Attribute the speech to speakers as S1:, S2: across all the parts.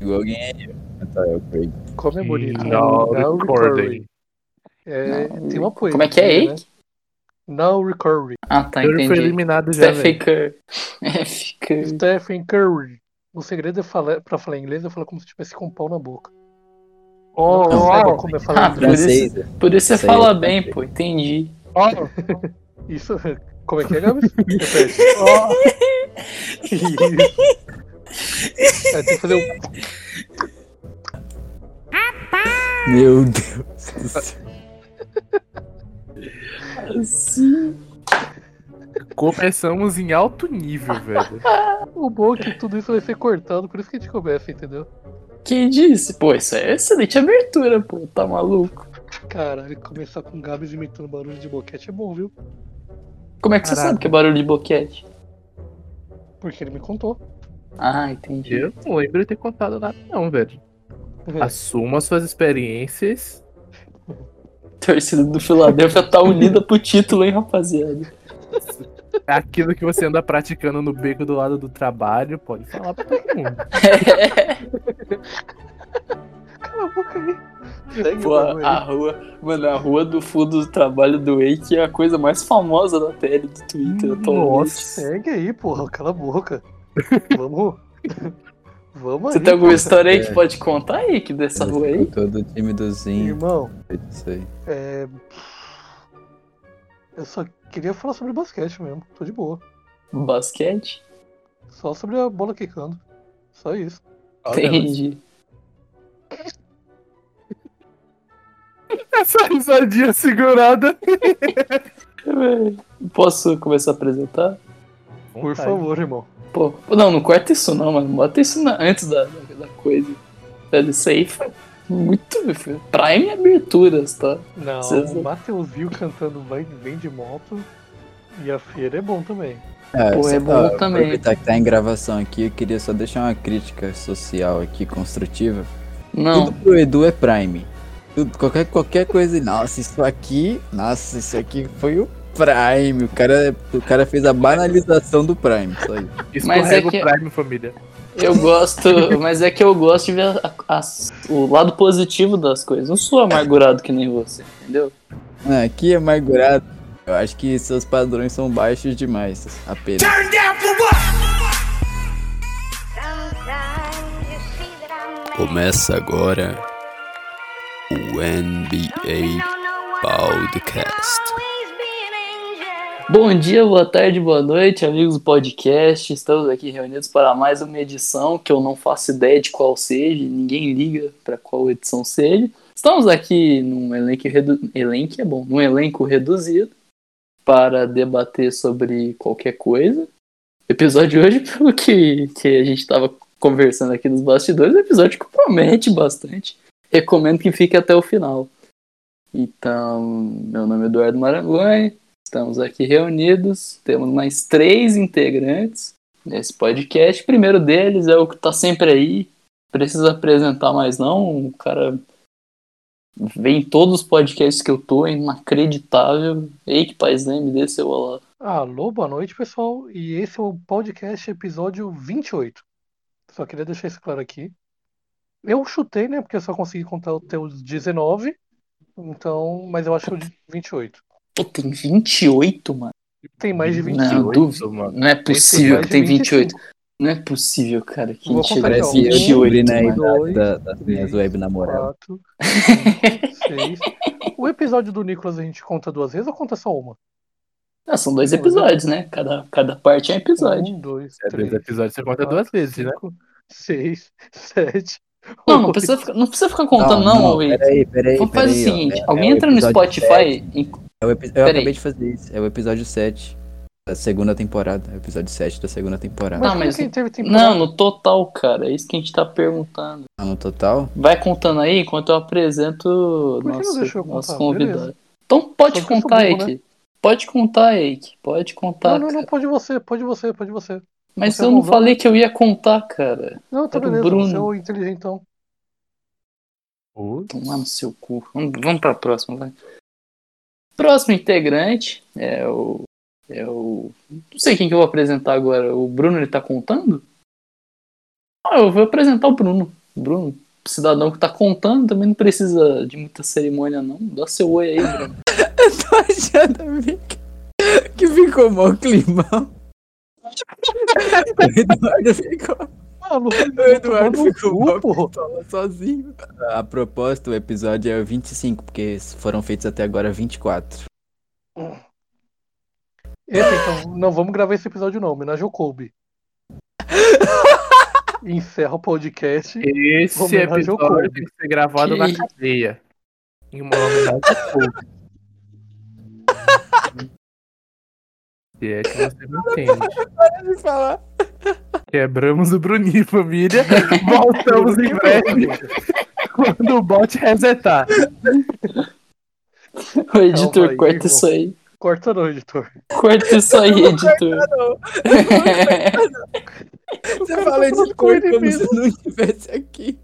S1: Alguém é eu. Ah, tá, é o Craig.
S2: Como é bonito.
S3: Now recording.
S2: É,
S1: Não.
S2: tem uma poesia.
S4: Como é que é,
S2: né?
S4: Eike?
S2: Now recording.
S4: Ah, tá,
S3: Ele foi
S4: entendi.
S3: eliminado já,
S4: Stephen
S3: velho.
S4: Curry. É, fica.
S2: Stephen Curry. O segredo é falar, pra falar inglês é falar como se tivesse com um pau na boca.
S3: Oh,
S2: Não
S3: oh,
S2: percebe como é falar
S4: Ah,
S2: inglês.
S1: Francês. é.
S4: Por isso você
S1: Isso aí
S4: fala
S1: eu
S4: bem,
S1: entendi.
S4: pô, entendi.
S3: oh.
S2: Isso. Como é que é, Gabs? Repete. Oh. Isso. É, tem que fazer um.
S1: Meu Deus do céu.
S3: Começamos em alto nível, velho.
S2: O bom é que tudo isso vai ser cortado, por isso que a gente começa, entendeu?
S4: Quem disse? Pô, isso é excelente abertura, pô, tá maluco?
S2: Caralho, começar com o Gabs imitando barulho de boquete é bom, viu?
S4: Como é que você
S3: Caraca.
S4: sabe que é barulho de boquete?
S2: Porque ele me contou.
S4: Ah, entendi.
S3: Eu não lembro de ter contado nada, não, velho.
S2: Uhum.
S3: Assuma suas experiências.
S4: Torcida do Filadélfia tá unida pro título, hein, rapaziada?
S3: Aquilo que você anda praticando no beco do lado do trabalho, pode falar pra todo mundo.
S2: Cala a boca aí. Segue
S4: É, Pô,
S2: o bagulho
S4: a
S2: aí.
S4: rua, mano, a rua do fundo do trabalho do Wake é a coisa mais famosa da tele do Twitter atualmente.
S3: Nossa. é.
S2: Segue aí, porra. Cala a boca. Vamos. Vamos
S4: Você
S2: aí,
S4: tem alguma
S2: porra.
S4: história aí
S1: É.
S4: que pode contar aí, que dessa rua
S1: Ele
S4: aí?
S1: ficou todo tímidozinho.
S2: Irmão,
S1: não sei.
S2: é. Eu só queria falar sobre basquete mesmo. Tô de boa.
S4: Basquete?
S2: Só sobre a bola quicando. Só isso.
S4: Entendi.
S3: Essa risadinha segurada.
S4: Posso começar a apresentar?
S2: Por favor, irmão.
S4: Pô, pô, não, não corta isso não, mano. Bota isso na- antes da, da, da coisa. Velho, isso aí foi muito. Foi prime aberturas, tá?
S2: Não,
S4: Vocês-
S2: o Mateuzinho cantando Vai- Vem de Moto. E a feira é bom também.
S1: Ah,
S4: Pô,
S1: só-
S4: é bom
S1: ó,
S4: também.
S1: Aproveitar que tá em gravação aqui, eu queria só deixar uma crítica social aqui, construtiva.
S4: Não,
S1: Tudo pro Edu é Prime. Tudo- qualquer, qualquer coisa. Nossa, isso aqui. Nossa, isso aqui foi o Prime. O cara, o cara fez a banalização do Prime. Só isso.
S4: Mas é
S3: Escorrega
S4: que-
S3: o Prime, família.
S4: eu gosto, mas é que eu gosto de ver a- as- o lado positivo das coisas. Não sou amargurado que nem você, entendeu?
S1: Ah, aqui é amargurado. Eu acho que seus padrões são baixos demais. Apenas. Começa agora o NBA Podcast.
S4: Bom dia, boa tarde, boa noite, amigos do podcast. Estamos aqui reunidos para mais uma edição que eu não faço ideia de qual seja, ninguém liga para qual edição seja. Estamos aqui num elenco, redu... elenco é bom, num elenco reduzido para debater sobre qualquer coisa. O episódio de hoje, pelo que, que a gente estava conversando aqui nos bastidores, é um episódio que promete bastante. Recomendo que fique até o final. Então, meu nome é Eduardo Marangoni. Estamos aqui reunidos, temos mais três integrantes nesse podcast. O primeiro deles é o que tá sempre aí, precisa apresentar mais não, o cara vem em todos os podcasts que eu tô, é inacreditável. Ei, que paizinho, me dê seu olá.
S2: Alô, boa noite, pessoal. E esse é o podcast episódio 28. Só queria deixar isso claro aqui. Eu chutei, né? Porque eu só consegui contar até os 19. Então, mas eu acho que é o de 28.
S4: Pô, tem 28, mano.
S2: Tem mais de 28.
S4: Não, duvido.
S3: mano.
S4: Não é possível
S2: mais
S4: que
S2: de
S4: tem 28.
S2: 25.
S4: Não é possível, cara, que
S2: Vou
S4: mentira.
S2: comprar,
S1: Parece que eu
S4: 28,
S1: descobri na
S4: mano.
S1: idade
S2: Dois,
S1: da- das
S2: três,
S1: minhas web namoradas.
S2: Quatro, seis. O episódio do Nicolas a gente conta duas vezes ou conta só uma?
S4: Ah, são dois episódios, né? Cada, cada parte é um episódio.
S2: Um, dois,
S3: É,
S2: três,
S3: dois episódios você conta
S2: quatro,
S3: duas vezes, né?
S2: cinco, seis, sete.
S4: Não, não
S2: oito.
S4: precisa ficar, não precisa ficar contando, não, é, Wake.
S1: peraí, peraí.
S4: Vamos fazer o
S1: peraí, ó.
S4: seguinte,
S1: É-
S4: alguém
S1: é o
S4: entra no
S1: episódio
S4: Spotify e
S1: É o epi- Eu
S4: Peraí.
S1: acabei de fazer isso. É o episódio 7 da segunda temporada. É o episódio 7 da segunda temporada.
S2: Mas,
S4: Tá,
S2: como
S4: mas-
S2: que teve temporada?
S4: Não, no total, cara. É isso que a gente tá perguntando.
S1: Ah, No total,
S4: Vai contando aí enquanto eu apresento
S2: Por que não
S4: nosso,
S2: deixou eu contar?
S4: nosso convidado.
S2: Beleza.
S4: Então pode
S2: Só que eu sou
S4: contar,
S2: burro,
S4: Eike. Pode contar, Eike. Pode contar.
S2: Não, não, não,
S4: cara.
S2: pode você, pode você, pode você.
S4: Mas
S2: você é
S4: eu não
S2: bonzão,
S4: falei que eu ia contar, cara.
S2: Não, tá
S4: Era o
S2: beleza,
S4: Bruno.
S2: você é o inteligentão.
S4: Então lá no seu cu. Vamos, vamos pra próxima, vai. Próximo integrante é o. É o. Não sei quem que eu vou apresentar agora. O Bruno ele tá contando? Ah, eu vou apresentar o Bruno. Bruno, cidadão que tá contando também não precisa de muita cerimônia, não. Dá seu oi aí, Bruno.
S1: Tô achando Vic, que ficou mal climão. O Eduardo ficou,
S2: Mano,
S1: o Eduardo ficou mal
S2: porra.
S1: pistola sozinho. A propósito, o episódio é o 25, porque foram feitos até agora 24.
S2: Esse, então, não vamos gravar esse episódio, não. Homenagem ao Kobe. Encerra o podcast.
S3: Esse
S2: Homenagem ao
S3: episódio tem que ser gravado
S4: Que
S3: na
S4: isso?
S3: cadeia. Em uma homenagem ao povo. Se é que você me entende.
S1: Pode falar.
S3: Quebramos o Bruni, família. Voltamos em breve. Quando o bot resetar.
S4: O editor,
S2: aí,
S4: corta
S2: irmão.
S4: isso aí.
S2: Corta não, editor.
S4: Corta isso aí, editor.
S1: Você fala de cor como se não estivesse aqui.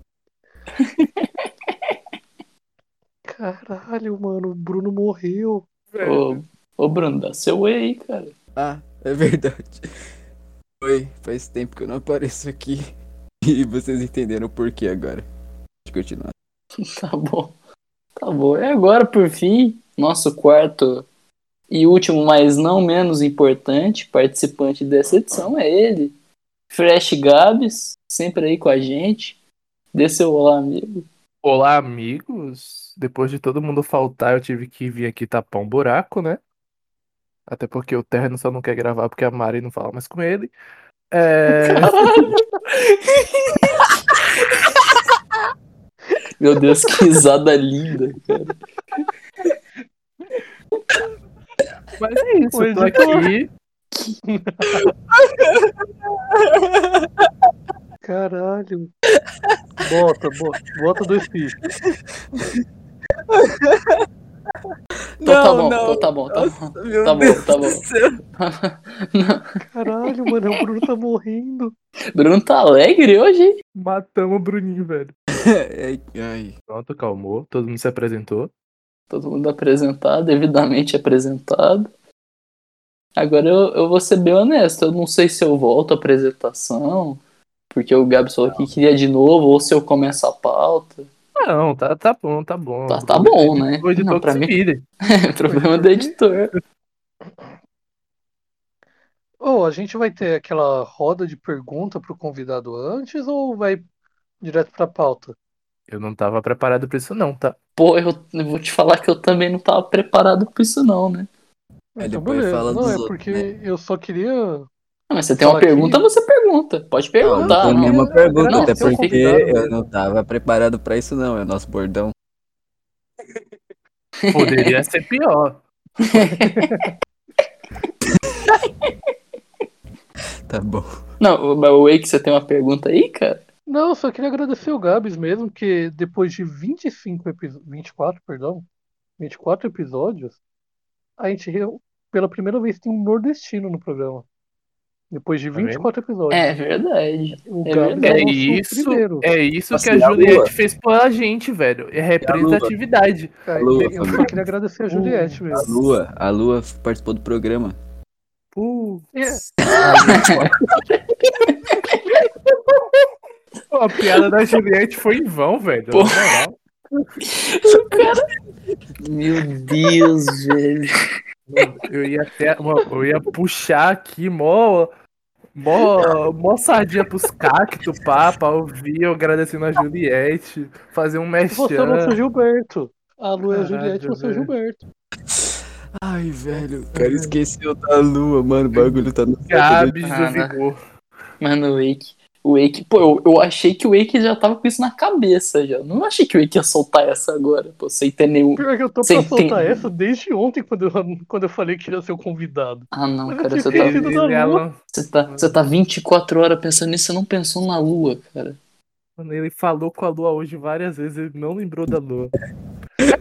S2: Caralho, mano, o Bruno morreu.
S4: ô, ô, Bruno, dá seu oi aí, cara.
S1: Ah, é verdade. Oi, faz tempo que eu não apareço aqui. E vocês entenderam o porquê agora. Deixa eu continuar.
S4: Tá bom. Tá bom. E agora, por fim, nosso quarto e último, mas não menos importante, participante dessa edição é ele, Fresh Gabs, sempre aí com a gente. Dê seu olá, amigo.
S3: Olá, amigos. Depois de todo mundo faltar, eu tive que vir aqui tapar um buraco, né? Até porque o Terno só não quer gravar porque a Mari não fala mais com ele. É...
S4: Meu Deus, que risada linda.
S3: Mas é isso, eu tô aqui.
S2: Caralho. Bota, bota, bota dois pichos.
S4: Então tá bom, então tá bom, tá bom.
S1: Meu
S4: Tá bom,
S1: Deus
S4: tá
S1: do
S4: bom.
S1: céu.
S2: Caralho, mano, o Bruno tá morrendo.
S4: Bruno tá alegre hoje, hein?
S3: Matamos o Bruninho, velho.
S1: Ai, ai.
S3: Pronto, calmou. Todo mundo se apresentou.
S4: Todo mundo apresentado, devidamente apresentado. Agora eu, eu vou ser bem honesto, eu não sei se eu volto à apresentação, porque o Gabs falou que queria de novo, ou se eu começo a pauta.
S3: Não, tá, tá bom, tá bom.
S4: Tá, tá bom, né?
S3: Depois de
S4: Não, pra mim
S3: Filho.
S4: é problema do editor.
S2: Ou a gente vai ter aquela roda de pergunta pro convidado antes ou vai direto pra pauta?
S3: Eu não tava preparado pra isso, não, tá?
S4: Pô, eu, eu vou te falar que eu também não tava preparado pra isso não, né?
S1: É, depois fala
S2: Não,
S1: dos
S2: é
S1: outros,
S2: porque
S1: né?
S2: eu só queria.
S4: Ah, mas você tem uma
S2: Fala aqui.
S4: pergunta, você pergunta. Pode
S1: Não, não
S4: perguntar. né?
S1: tem
S4: Não,
S1: nenhuma pergunta,
S4: não,
S1: até
S4: seu
S1: porque
S2: convidado.
S1: eu não tava preparado pra isso não, é o nosso bordão.
S3: Poderia ser pior.
S1: Tá bom.
S4: não mas o Wake, você tem uma pergunta aí, cara?
S2: Não, eu só queria agradecer o Gabs mesmo, que depois de 25 episódios. 24, perdão. 24 episódios, a gente re- pela primeira vez tem um nordestino no programa. Depois de
S3: Tá vendo?
S2: 24 episódios.
S4: É verdade.
S2: O
S4: é
S2: Gabs
S4: verdade.
S2: é
S3: É
S2: o nosso
S3: isso,
S2: primeiro.
S3: é isso que
S1: Assim,
S3: a
S1: a lua.
S3: Juliette fez pela gente, velho. É representatividade.
S2: Aí,
S1: Alô,
S2: eu só
S1: família.
S2: queria agradecer a Juliette
S1: A
S2: mesmo.
S1: Lua, a Lua participou do programa.
S3: Pô.
S2: É.
S3: Pô, a piada da Juliette foi em vão, velho.
S4: Pô.
S3: Na moral.
S4: Meu Deus, velho.
S3: Eu ia até. mano, Eu ia puxar aqui, mó. Mó, mó sardinha pros cactos, papa, ouvir, eu agradecendo a Juliette, fazer um
S2: Você é o
S3: mexão.
S2: nosso Gilberto. A Lu é a
S3: Caralho,
S2: Juliette, você é o
S3: velho.
S2: Gilberto.
S1: Ai, velho, o cara esqueceu da lua, mano. O bagulho tá no
S3: Gabs
S4: Ah,
S3: do
S4: né?
S3: Vigor.
S4: Mano, o Wake. O Wake, pô, eu, eu achei que o Wake já tava com isso na cabeça já. Não achei que o Wake ia soltar essa agora, pô, sem ter nenhum.
S2: Pior que eu tô
S4: Você
S2: pra soltar
S4: entende?
S2: essa desde ontem, quando eu, quando eu falei que ia ser o convidado.
S4: Ah, não,
S2: Mas eu
S4: cara,
S2: tinha
S4: você tá,
S2: esquecido.
S3: Ele, ele, ela-
S4: você, tá, você tá 24 horas pensando nisso, você não pensou na lua, cara.
S3: mano, ele falou com a Lua hoje várias vezes, ele não lembrou da Lua.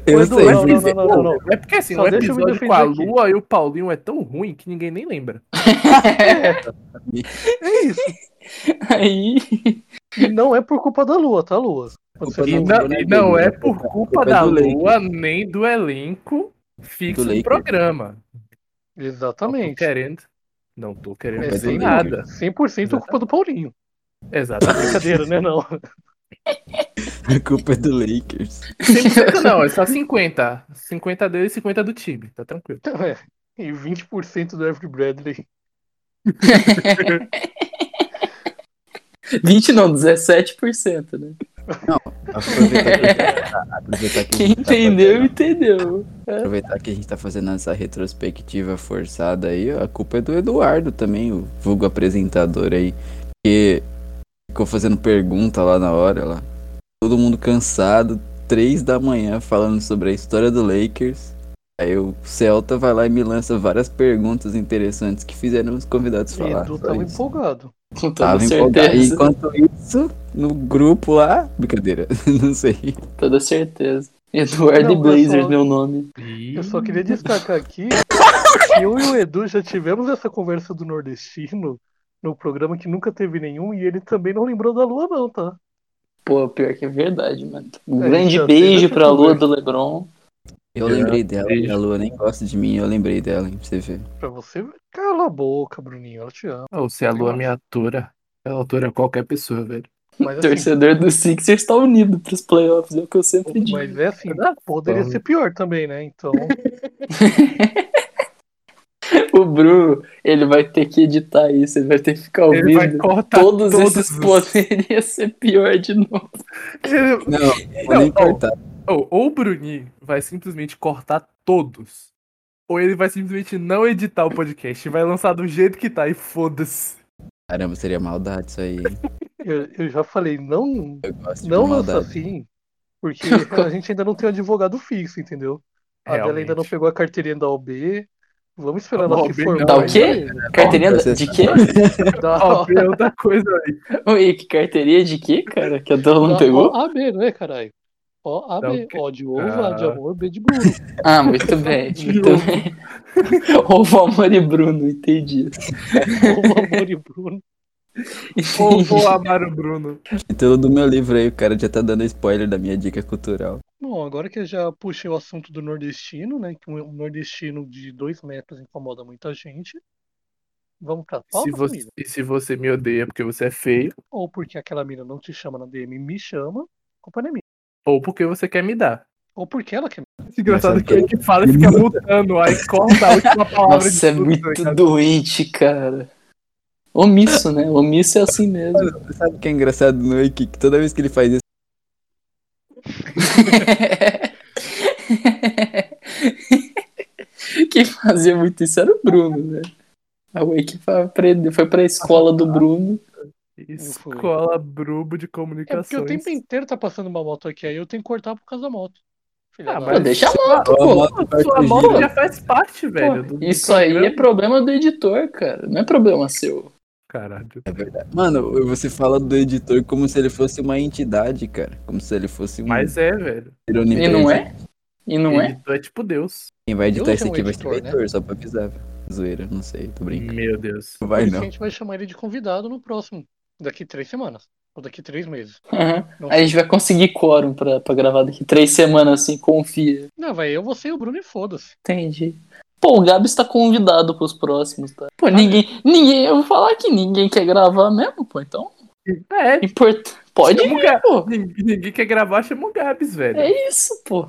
S1: Eu
S3: Quando
S1: sei,
S2: Não,
S3: eu-
S2: não, não, não, não, não.
S3: É porque assim,
S2: Só
S3: o
S2: deixa eu me
S3: episódio com a
S2: defender aqui.
S3: Lua e o Paulinho é tão ruim que ninguém nem lembra.
S2: É isso.
S4: Aí.
S2: E não é por culpa da Lua, tá, Lua? Você
S1: Culpa Não,
S3: E
S2: não-
S3: não,
S1: não é
S3: e não
S1: dele,
S3: é
S1: né?
S3: por
S1: Culpa-
S3: culpa
S1: culpa
S3: da
S1: do Laker.
S3: Lua nem do elenco fixo
S1: Do
S3: do
S1: Laker.
S3: programa. Não tô
S2: Exatamente.
S3: querendo. Não tô querendo
S2: É
S3: dizer
S1: do Laker.
S3: É, nada.
S2: 100% culpa do Paulinho.
S3: Exatamente.
S2: Brincadeira, né? Não.
S1: A culpa é do Lakers.
S3: 100% não, é só 50. 50 dele e 50 do time, tá tranquilo.
S2: É, e 20% do Avery Bradley.
S4: 20 não, 17%, né?
S1: Aproveitar que- tá- aproveitar que a
S4: Quem
S1: gente tá
S4: entendeu,
S1: fazendo-
S4: entendeu.
S1: Aproveitar que a gente tá fazendo essa retrospectiva forçada aí, a culpa é do Eduardo também, o vulgo apresentador aí, que ficou fazendo pergunta lá na hora, lá. Todo mundo cansado, três da manhã, falando sobre a história do Lakers. Aí o Celta vai lá e me lança várias perguntas interessantes que fizeram os convidados
S2: E
S1: falar.
S2: Edu
S1: só
S2: tava
S1: isso.
S2: empolgado.
S4: Com toda
S1: Tava empolgado. E
S4: certeza.
S1: enquanto isso, no grupo lá, brincadeira, não sei.
S4: Com toda certeza. Eduardo
S2: Não,
S4: e Blazers,
S2: eu só-
S4: meu nome.
S2: Eu só queria destacar aqui que eu e o Edu já tivemos essa conversa do nordestino no programa que nunca teve nenhum e ele também não lembrou da lua não, tá?
S4: Pô, pior que é verdade, mano. Um
S2: É,
S4: grande
S2: já teve
S4: beijo
S2: essa
S4: pra lua
S2: conversa.
S4: do Lebron.
S1: Eu
S3: É,
S1: lembrei dela,
S3: beijo.
S1: a Lua nem gosta de mim, eu lembrei dela, hein, pra você ver.
S2: Pra você, cala a boca, Bruninho, ela te ama.
S3: Ou se a lua é me atura, ela atura é qualquer pessoa, velho.
S2: Mas assim,
S4: Torcedor do Sixers tá unido pros playoffs, é o que eu sempre digo.
S2: mas é assim, poderia ser pior também, né? Então,
S4: O Bruno, ele vai ter que editar isso, ele vai ter que ficar
S3: Ele vai
S4: ouvindo.
S3: cortar
S4: Todos, esses
S3: os-
S4: poderia ser pior de novo.
S1: Não,
S3: Ele-
S1: vou
S3: Não,
S1: nem
S3: ó,
S1: cortar.
S3: Ou, ou o Bruni vai simplesmente cortar todos, ou ele vai simplesmente não editar o podcast, vai lançar do jeito que tá e foda-se.
S1: Caramba, seria maldade isso aí. hein?
S2: eu, eu já falei, não,
S1: Eu
S4: Tipo,
S1: gosto
S2: não
S1: de
S2: lança
S1: maldade.
S2: assim, porque a gente ainda não tem advogado fixo, entendeu? A dela ainda não
S3: Realmente.
S2: pegou a carteirinha da OB. Vamos esperar
S3: Da
S2: ela se
S3: OB
S2: formar.
S3: não,
S4: Da o
S2: aí,
S4: quê?
S2: né?
S4: Carteirinha
S1: Bom,
S4: da-
S1: vocês-
S4: de quê?
S2: Da
S3: Ó, tem outra coisa aí.
S4: Oi, que carteirinha de quê, cara? Que a Dona não
S2: da
S4: pegou?
S2: OAB, não é, caralho?
S3: Da
S2: OAB,
S3: o quê?
S2: O de ovo,
S3: Ah.
S2: A de amor, B de Bruno.
S4: Ah, muito bem.
S3: De
S4: Muito bem. Ovo, amor e Bruno, entendi.
S2: Ovo, amor e Bruno.
S3: Ou vou amar o Bruno.
S1: Título do meu livro aí, o cara já tá dando spoiler da minha dica cultural.
S2: Bom, agora que eu já puxei o assunto do nordestino, né? Que um nordestino de dois metros incomoda muita gente. Vamos pra pauta,
S3: Se você,
S2: família?
S3: e se você me odeia porque você é feio,
S2: Ou porque aquela mina não te chama na DM, me chama, culpa não é minha.
S3: ou porque você quer me dar.
S2: Ou porque ela quer.
S3: É Engraçado
S1: Essa
S3: que ele fala e fica mutando, aí corta a última palavra de
S4: Nossa, é
S3: tudo, tá
S4: muito
S3: ligado?
S4: doente, cara. Omisso, né? Omisso é assim mesmo.
S1: Sabe o que é engraçado no Wiki? Que toda vez que ele faz isso,
S4: Quem fazia muito isso era o Bruno, né? A Wake foi pra, foi pra escola do Bruno.
S3: Escola Brubo de
S2: É porque o
S3: Comunicações.
S2: tempo inteiro tá passando uma moto aqui, aí eu tenho que cortar por causa da moto. Filha
S3: Ah,
S2: da-
S4: Pô,
S3: mas-
S4: deixa a moto,
S1: Ó, a
S4: pô.
S1: moto vai
S3: Sua
S1: fugir,
S3: bola
S1: né?
S3: já faz parte, velho. do- do
S4: Isso aí é
S3: programa.
S4: problema do editor, cara. Não é problema seu.
S3: Caralho.
S1: É verdade. Mano, você fala do editor como se ele fosse uma entidade, cara. Como se ele fosse um
S3: Mas é, velho.
S1: ser
S4: E
S1: onipresente.
S4: não é? E não é?
S3: Editor é tipo Deus.
S1: Quem vai editar
S2: Deus
S1: isso
S2: é um
S1: aqui vai ser o
S2: editor, né?
S1: editor, só pra avisar. Zoeira, não sei, tô brincando.
S3: Meu Deus.
S1: Não vai
S2: Por isso que
S1: não.
S2: A gente vai chamar ele de convidado no próximo. Daqui três semanas. Ou daqui três meses.
S4: Aham.
S2: Não,
S4: A gente vai conseguir quórum pra, pra gravar daqui três semanas, assim, confia.
S2: não vai eu, você e o Bruno e foda-se.
S4: Entendi. Pô, o Gabi está convidado pros próximos, tá? Pô, ninguém. Ninguém. Eu vou falar que ninguém quer gravar mesmo, pô. Então,
S3: É,
S4: import... pode
S3: Chama o
S4: ir, pô.
S3: ninguém, ninguém quer gravar, chama o Gabs, velho.
S4: É isso, pô.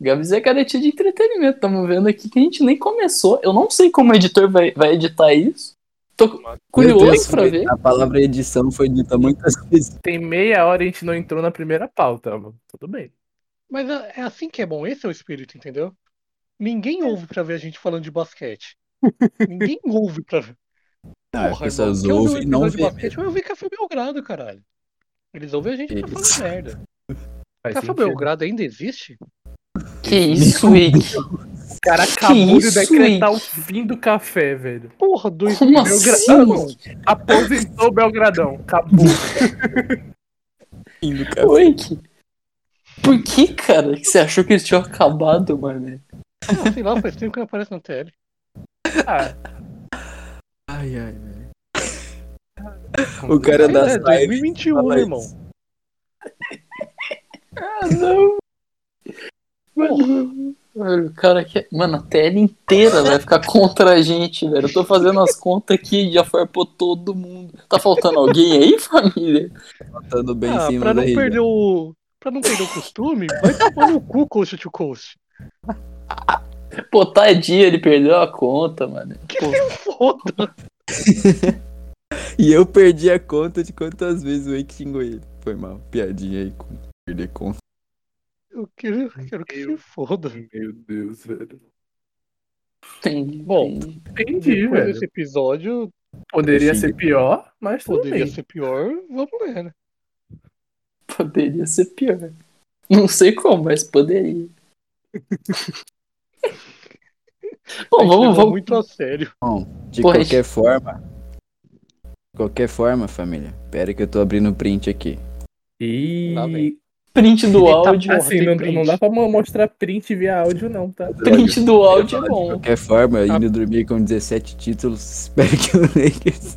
S4: Gabs é garantia de entretenimento. Estamos vendo aqui que a gente nem começou. Eu não sei como o editor vai, vai editar isso. Tô
S1: Meu
S4: curioso
S1: Deus,
S4: pra ver.
S1: A palavra edição foi dita muitas vezes.
S3: Tem meia hora e a gente não entrou na primeira pauta, mano. Tudo bem.
S2: Mas é é assim que é bom, esse é o espírito, entendeu? Ninguém ouve pra ver a gente falando de basquete. Ninguém ouve pra ver.
S1: Não, as
S2: Porra,
S1: pessoas
S2: irmão, quem ouve um
S1: ouvem e não
S2: episódio de
S1: vê.
S2: basquete vai ouvir Café Belgrado, caralho. Eles ouvem a gente pra
S1: Isso.
S2: falar merda.
S3: Faz
S2: Café
S3: sentido.
S2: Belgrado ainda existe?
S4: Que isso, Wick?
S3: O cara
S4: Que
S3: acabou de
S4: isso,
S3: decretar
S4: hein?
S3: o fim do café, velho.
S2: Porra, dois
S4: Como
S2: mil
S4: assim?
S2: graus.
S3: Aposentou o Belgradão. Acabou.
S1: Fim do café.
S4: Wick? Por que, cara, que você achou que eles tinham acabado, mano? assim?
S2: Ah, sei lá, faz tempo que não aparece na tele.
S3: Ah,
S1: Ai, ai, ai. O cara
S2: Sei
S1: da
S2: lá, é
S1: live
S2: 2021,
S1: fala
S2: irmão.
S1: isso.
S4: Ah, não.
S2: Porra.
S4: Velho, o cara que. Mano, a tela inteira vai ficar contra a gente, velho. Eu tô fazendo as contas aqui, já farpou todo mundo. Tá faltando alguém aí, família?
S1: Matando bem em
S2: Ah,
S1: cima
S2: pra não
S1: da ilha.
S2: perder o. Pra não perder o costume, vai tomar no cu coast to coast.
S4: Pô, tadinho, ele perdeu a conta, mano.
S2: Foda.
S1: E eu perdi a conta de quantas vezes o Wake xingou ele. Foi mal. Piadinha aí com perder conta.
S2: Eu quero, eu quero que se foda.
S3: Meu Deus, velho.
S4: Tem.
S2: Bom,
S4: tem-
S3: Entendi,
S2: Depois
S3: velho.
S2: desse episódio,
S3: assim. Poderia
S1: Sim.
S3: ser pior, mas tudo
S2: poderia
S3: bem.
S2: ser pior, vamos ver, né?
S4: Poderia ser pior. Não sei como, mas poderia.
S2: A
S4: Bom,
S2: gente levou
S4: vamos, vamos.
S2: Tá muito a sério.
S1: De
S4: Porra,
S1: qualquer forma. De qualquer forma, família. Pera que eu tô abrindo o print aqui.
S3: E
S2: Lá vem.
S4: Print do
S2: Eita,
S4: áudio.
S2: porra,
S3: assim,
S2: tem
S3: não,
S2: print.
S3: não dá pra mo- mostrar print via áudio, não, tá?
S4: Print do áudio é
S1: De
S4: bom.
S1: qualquer forma,
S2: Tá.
S1: indo dormir com 17 títulos, espero que o Lakers.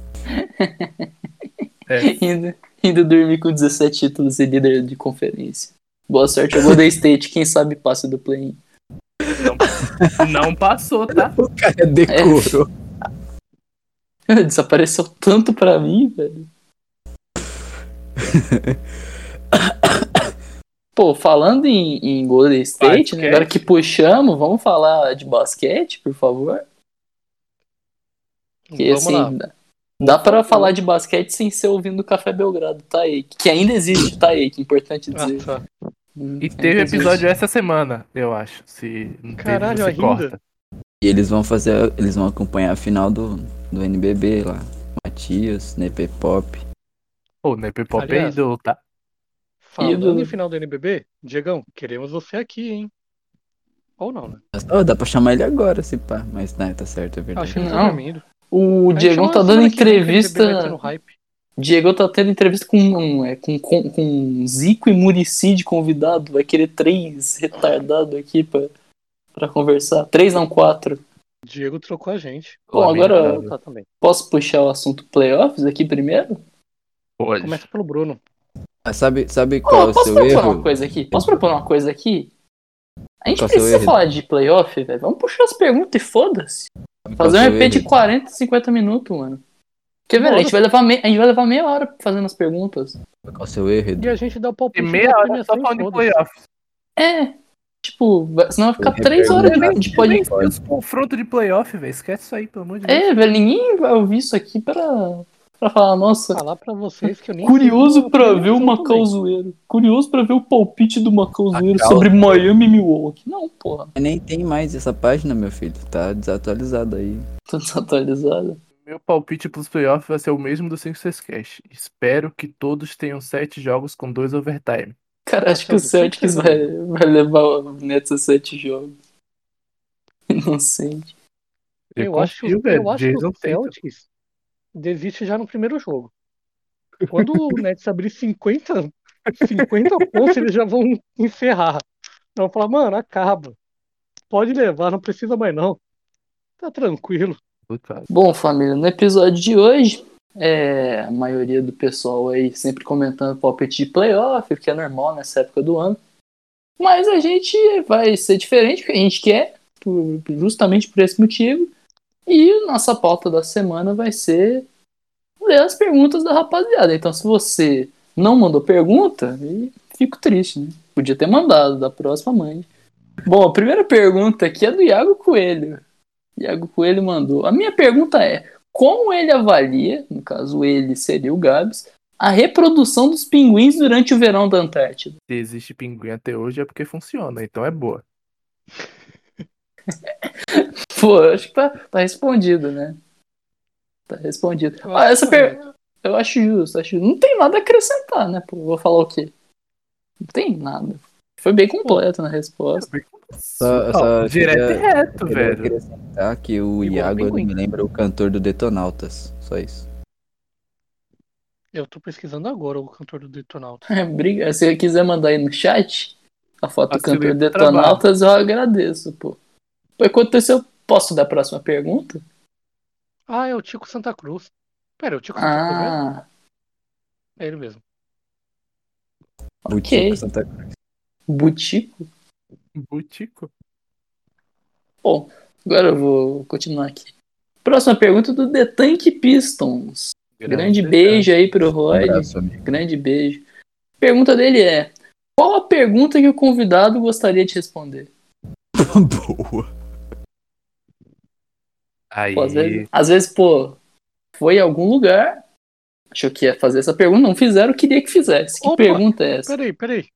S3: É.
S4: Indo, indo dormir com 17 títulos e líder de conferência. Boa sorte ao Golden State, quem sabe passa do play-in.
S3: Não passou, tá?
S1: O
S4: É.
S1: cara decorou.
S4: Desapareceu tanto pra mim, velho. Pô, falando em, em Golden State, né,
S3: Basquete.
S4: agora que puxamos, vamos falar de basquete, por favor? Que,
S2: Vamos
S4: assim,
S2: lá. Então,
S4: dá, dá pra falar de basquete sem ser ouvindo Café Belgrado, tá aí. Que ainda existe, tá aí, que é importante
S2: Ah,
S4: dizer.
S2: tá.
S3: E teve
S4: Existe.
S3: episódio essa semana, eu acho. Se não teve,
S2: Caralho,
S3: você
S2: ainda?
S3: corta.
S1: E eles vão fazer. Eles vão acompanhar a final do, do NBB lá. Matias, Nepe Pop.
S3: Ou Nepipop
S2: Aliás.
S3: peidou, tá?
S2: Falando
S4: do-
S2: em final do NBB, Diegão, queremos você aqui, hein? Ou não, né?
S1: Oh, dá pra chamar ele agora, se pá. Mas não, tá certo, é verdade.
S2: Acho que ele
S4: Não.
S2: tá dormindo.
S4: O
S2: A gente
S4: Diegão
S2: chama
S4: tá
S2: na
S4: dando
S2: semana né, que vem, que o NBB vai
S4: entrevista.
S2: entrar no hype.
S4: Diego tá tendo entrevista com, um, é, com, com, com Zico e Murici de convidado. Vai querer três retardados aqui pra, pra conversar. Três, não, quatro.
S2: Diego trocou a gente.
S4: Bom, agora-
S2: Tá também.
S4: Posso puxar o assunto playoffs aqui primeiro?
S3: Pode.
S2: Começa pelo Bruno.
S1: Ah, Sabe, sabe
S4: Ó,
S1: qual é o
S4: posso
S1: seu
S4: propor
S1: erro?
S4: uma coisa aqui? Posso propor uma coisa aqui? A gente
S1: Qual é seu
S4: precisa
S1: erro?
S4: falar de playoff, velho. Vamos puxar as perguntas e foda-se.
S1: Sabe qual
S4: Fazer
S1: é o
S4: um
S1: seu
S4: EP de
S1: erro?
S4: 40, 50 minutos, mano. Porque, velho, a gente, vai levar meia, a gente vai levar meia hora fazendo as perguntas.
S1: Qual é o seu erro, Edu?
S2: E a gente dá o
S3: E
S2: palpite.
S3: meia
S2: da
S3: hora
S2: premiação
S3: só
S2: e
S3: falando de
S2: foda-se.
S3: playoffs.
S4: É. Tipo, vai- senão vai ficar
S1: Eu
S4: três
S1: ia
S4: horas
S1: perguntar
S4: de, de
S1: se
S4: podcast.
S1: ele
S3: Nem sei os confrontos de playoff, velho. Esquece isso aí, pelo amor de Deus.
S4: É, velho, ninguém vai ouvir isso aqui pra, pra falar, nossa,
S2: Falar pra vocês que eu Ah, nem
S4: curioso
S2: sei
S4: pra
S2: qual
S4: ver o
S2: também.
S4: Macau Zoeiro. Curioso pra ver o palpite do Macau Zoeiro
S1: Macau.
S4: sobre Miami e Milwaukee. Não, porra,
S1: Nem tem mais essa página, meu filho. Tá desatualizado aí.
S4: tô desatualizado.
S3: Meu palpite pros playoffs vai ser o mesmo do 5-6 Cash. Espero que todos tenham sete jogos com dois overtime.
S4: Cara, acho que o
S2: Nossa, eu não sei
S4: Celtics vai, vai levar o Nets a sete jogos. Inocente.
S2: Eu acho, que o- eu acho que
S3: Jason
S2: o
S3: Tatum.
S2: Celtics desiste já no primeiro jogo. Quando o Nets abrir 50, 50 pontos, eles já vão encerrar. Então falar, mano, acaba. Pode levar, não precisa mais não. Tá tranquilo.
S3: Puta,
S4: Bom, família, no episódio de hoje, é, a maioria do pessoal aí sempre comentando palpite de playoff, o que é normal nessa época do ano. Mas a gente vai ser diferente, porque a gente quer, por- justamente por esse motivo. E nossa pauta da semana vai ser ler as perguntas da rapaziada. Então, se você não mandou pergunta, aí fico triste, né? Podia ter mandado, da próxima mãe. Bom, a primeira pergunta aqui é do Iago Coelho. Iago Coelho mandou. A minha pergunta é: como ele avalia, no caso ele seria o Gabs, a reprodução dos pinguins durante o verão da Antártida?
S3: se existe pinguim até hoje é porque funciona, então é boa.
S4: Pô, acho que tá, tá respondido, né? Tá respondido.
S2: Eu
S4: Ah,
S2: acho
S4: essa
S2: que
S4: per- Eu acho justo, acho justo. Não tem nada a acrescentar, né? Pô, vou falar o quê? Não tem nada. Foi bem completo na resposta.
S1: Só-
S3: Ó,
S1: só
S3: direto e
S1: queria-
S3: reto,
S1: Queria
S3: velho.
S1: acrescentar é que o
S2: Igual
S1: Iago ele
S2: pinguim.
S1: me lembra o cantor do Detonautas. Só isso.
S2: Eu tô pesquisando agora o cantor do Detonautas.
S4: É, briga. Se você quiser mandar aí no chat a foto do
S3: Facilita
S4: cantor
S3: o
S4: Detonautas, eu agradeço, pô. Pô, Enquanto isso, eu posso dar a próxima pergunta?
S2: Ah, é o Tico Santa Cruz. Pera, é o Tico Santa Cruz mesmo?
S4: Ah,
S2: É ele mesmo.
S1: O
S4: ok.
S1: Tico Santa Cruz.
S4: Butico?
S3: Butico.
S4: Bom, agora eu vou continuar aqui. Próxima pergunta do The Tank Pistons. Grande beijo aí pro
S1: Um
S4: Roy.
S1: abraço, amigo.
S4: Grande beijo. Pergunta dele é: Qual a pergunta que o convidado gostaria de responder?
S1: Boa.
S3: Aí.
S4: Pô, às, vezes, às vezes, pô, foi em algum lugar, achou que ia fazer essa pergunta, não fizeram, queria que fizesse. Que
S2: Opa,
S4: pergunta é essa?
S2: Peraí, peraí.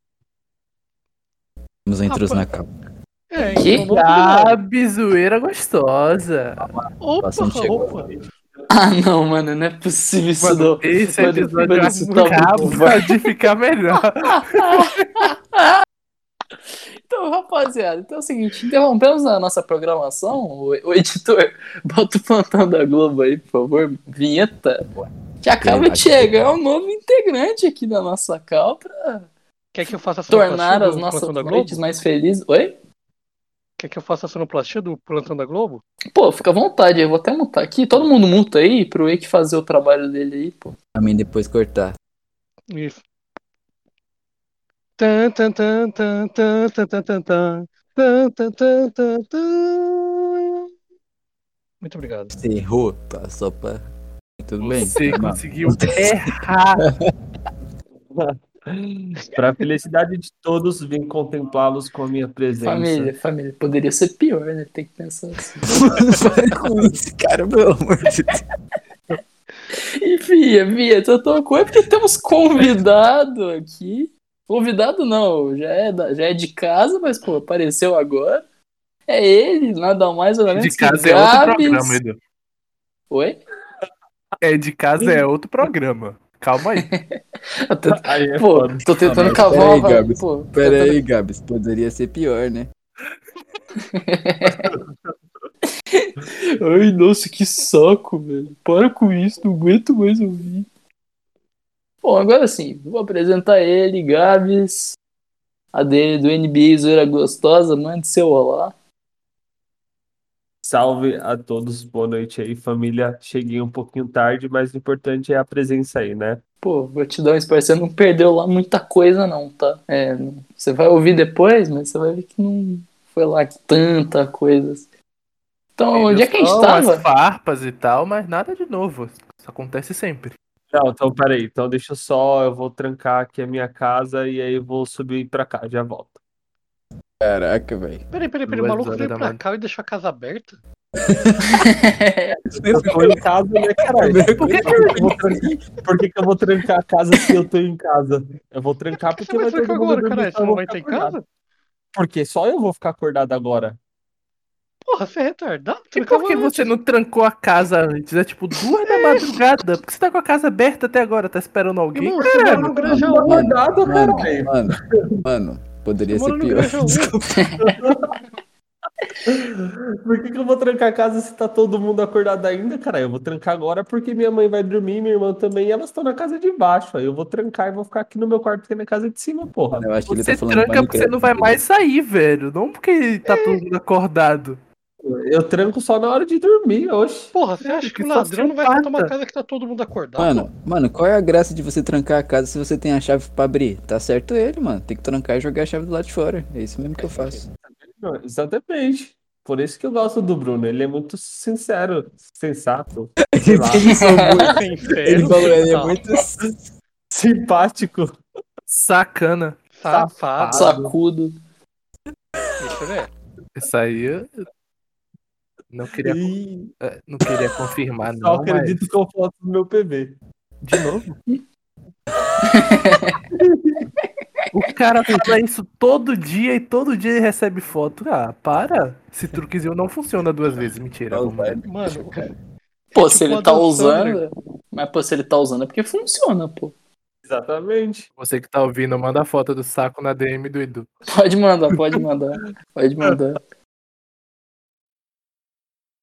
S1: Nos entrou
S2: Rapaz.
S1: na capa.
S2: É,
S4: Que
S2: então vamos lá.
S3: Gabi, zoeira Tá, gostosa.
S2: Opa,
S1: Passando chegou.
S2: opa.
S4: Ah, não, mano, não é possível isso não.
S3: esse
S4: Mano,
S3: episódio
S4: mano, isso tá muito bom,
S3: acaba de ficar melhor.
S4: Então, rapaziada, então é o seguinte, interrompemos a nossa programação. O, o editor, bota o plantão da Globo aí, por favor. Vinheta. Que acaba de chegar um novo integrante aqui da nossa cal pra
S2: Quer que eu faça a sonoplastia
S4: tornar
S2: do
S4: as
S2: Plantão
S4: nossas
S2: da Globo?
S4: noites mais felizes. Oi?
S2: Quer que eu faça a sonoplastia do Plantão da Globo?
S4: Pô, fica à vontade, eu vou até mutar aqui. Todo mundo muta aí pro Eike fazer o trabalho dele aí, pô.
S1: Pra mim depois cortar.
S2: Isso. Tan, tan, tan, tan, tan, tan, tan, tan, tan. Tan, tan, tan, tan, tan. Muito obrigado.
S1: Você errou, tá? Só pra. Tudo bem?
S3: Você
S1: Não.
S3: conseguiu errar.
S5: Para a felicidade de todos, vim contemplá-los com a minha presença.
S4: Família,
S2: né?
S4: família. Poderia ser pior, né? Tem que pensar assim.
S1: Para com isso, cara, pelo amor de Deus.
S4: E Fia, Fia, tu tocou é porque temos convidado aqui. Convidado não, já é, da- já é de casa, mas pô, apareceu agora. É ele, nada mais nada menos
S3: De
S4: que
S3: casa é outro
S4: Gabs.
S3: programa, Edu.
S4: Oi?
S3: É de casa é outro programa. Calma aí.
S4: Eu Ah, tô-
S5: Aí é
S4: Pô,
S5: foda.
S4: tô tentando
S1: Ah, mas
S4: cavar
S1: peraí,
S4: uma vaga,
S1: Gabs,
S4: pô.
S1: Pera aí, Gabs. Poderia ser pior, né?
S4: Ai, nossa, que saco, velho. Para com isso, não aguento mais ouvir. Bom, agora sim, vou apresentar ele, Gabs. A dele do NBA Zoeira Gostosa, mande seu olá.
S5: Salve a todos, boa noite aí, família. Cheguei um pouquinho tarde, mas o importante é a presença aí, né?
S4: Pô, vou te dar um spoiler, você não perdeu lá muita coisa não, tá? É, não- você vai ouvir depois, mas você vai ver que não foi lá tanta coisa. assim. Então, onde é que a gente
S3: Só
S4: tava?
S3: As farpas e tal, mas nada de novo. Isso acontece sempre.
S5: Não, então peraí, então deixa eu só, eu vou trancar aqui a minha casa e aí eu vou subir pra cá, já volto.
S1: Caraca, velho.
S2: Peraí, peraí, peraí. O
S3: Duas
S2: maluco
S3: horas
S2: veio
S3: da
S2: pra
S3: manhã.
S2: cá e deixou a casa aberta?
S5: Eu tô em casa, né, caralho? Por que, que eu vou trancar, por que que eu vou trancar a casa se eu tô em casa? Eu vou trancar
S2: Por que
S5: porque
S2: você vai trancar
S5: vai todo mundo
S2: agora,
S5: dormir,
S2: caralho?
S5: então
S2: Você
S5: eu
S2: não
S5: vou
S2: vai
S5: ficar
S2: estar em
S5: acordado.
S2: casa?
S5: Porque só eu vou ficar acordado agora.
S2: Porra, você é retardado.
S3: E por
S2: trancava
S3: que
S2: antes.
S3: você não trancou a casa antes? É tipo duas da madrugada. Por que você tá com a casa aberta até agora? Tá esperando alguém?
S2: Irmão, você mora no
S5: Tô
S2: Granjaú.
S5: acordado,
S1: Mano,
S5: caralho.
S1: mano, mano. Poderia
S2: Você mora
S1: ser
S2: no
S1: pior.
S2: Granjaú.
S1: Desculpa.
S5: Por que que eu vou trancar a casa se tá todo mundo acordado ainda, cara? Eu vou trancar agora porque minha mãe vai dormir, minha irmã também, e elas estão na casa de baixo. Aí eu vou trancar e vou ficar aqui no meu quarto, porque é minha casa é de cima, porra.
S1: Eu acho que ele
S3: Você
S1: tá falando
S3: tranca porque você
S1: Minecraft.
S3: não vai mais sair, velho. Não porque tá todo mundo acordado.
S5: Eu tranco só na hora de dormir, oxe.
S2: Porra, você acha
S3: Porque
S2: que o
S3: É, só né?
S2: ladrão não vai
S3: psicopata.
S2: assaltar uma casa que tá todo mundo acordado?
S1: Mano, mano, qual é a graça de você trancar a casa se você tem a chave pra abrir? Tá certo ele, mano. Tem que trancar e jogar a chave do lado de fora. É isso mesmo que eu faço.
S5: Exatamente. Por isso que eu gosto do Bruno, ele é muito sincero, sensato, sei lá,
S1: um
S2: Tá
S1: Ele falou, ele é muito.
S5: simpático.
S3: Sacana.
S2: Tá safado. né?
S4: Sacudo.
S2: Deixa eu ver.
S3: Isso aí. eu- Não queria,
S5: E
S3: eh, não queria confirmar, não.
S5: só
S3: mas-
S5: acredito que eu falo do meu PV.
S3: De novo? o cara fala isso todo dia e todo dia ele recebe foto. Ah, para. Esse truquezinho não funciona duas vezes. Mentira. vamos
S1: é um
S3: lá.
S2: Mano,
S4: Pô, se ele tá
S2: Tipo adoção,
S4: usando, mas pô, se ele tá usando é porque funciona, pô.
S5: Exatamente.
S3: Você que tá ouvindo, manda a foto do saco na DM do Edu.
S4: Pode mandar, pode mandar. Pode mandar.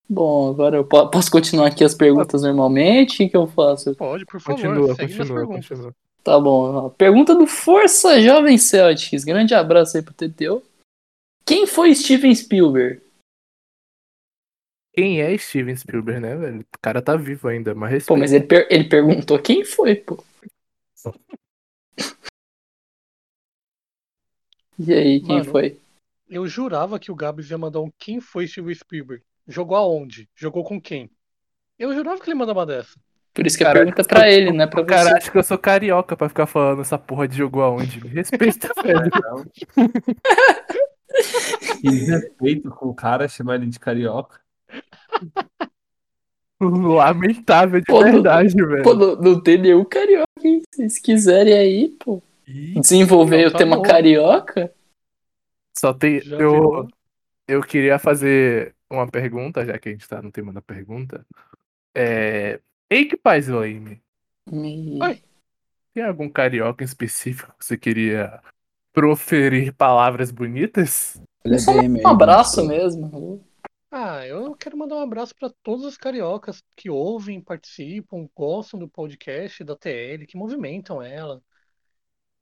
S4: Bom, agora eu po- posso continuar aqui as perguntas normalmente? O que eu faço?
S2: pode, por favor,
S3: Continua,
S2: segue nas
S3: continua,
S2: perguntas.
S3: continua.
S4: Tá bom. ó. Pergunta do Força Jovem Celtics. Grande abraço aí pro TTO. Quem foi Steven Spielberg?
S3: Quem é Steven Spielberg, né, velho? O cara tá vivo ainda, mas respeito.
S4: Pô, mas ele, per- ele perguntou quem foi, pô. E aí, quem
S2: Mano.
S4: foi?
S2: Eu jurava que o Gabs ia mandar um quem foi Steven Spielberg? Jogou aonde? Jogou com quem? Eu jurava que ele mandava uma dessa.
S4: Por isso que a
S3: Cara,
S4: pergunta é pra ele, né? Pra você.
S3: Cara, acho que eu sou carioca pra ficar falando essa porra de jogo aonde. Me respeita, velho.
S5: Que desrespeito com o cara, chamar ele de carioca.
S3: Lamentável de
S4: Pô, não-
S3: verdade, velho.
S4: Pô, não, não tem nenhum é um carioca, hein? Se vocês quiserem aí, pô.
S3: Ih,
S4: Desenvolver
S2: Não,
S4: o
S2: tá
S4: tema
S2: bom.
S4: carioca.
S3: Só tem.
S2: Já
S3: Eu,
S2: virou.
S3: eu queria fazer uma pergunta, já que a gente tá no tema da pergunta. É. Ei, que paz, Laime?
S4: Me-
S2: Ai.
S3: Tem algum carioca em específico que você queria proferir palavras bonitas?
S1: Olha
S4: Só
S1: bem,
S4: um abraço mesmo.
S2: Ah, eu quero mandar um abraço para todos os cariocas que ouvem, participam, gostam do podcast da TL, que movimentam ela.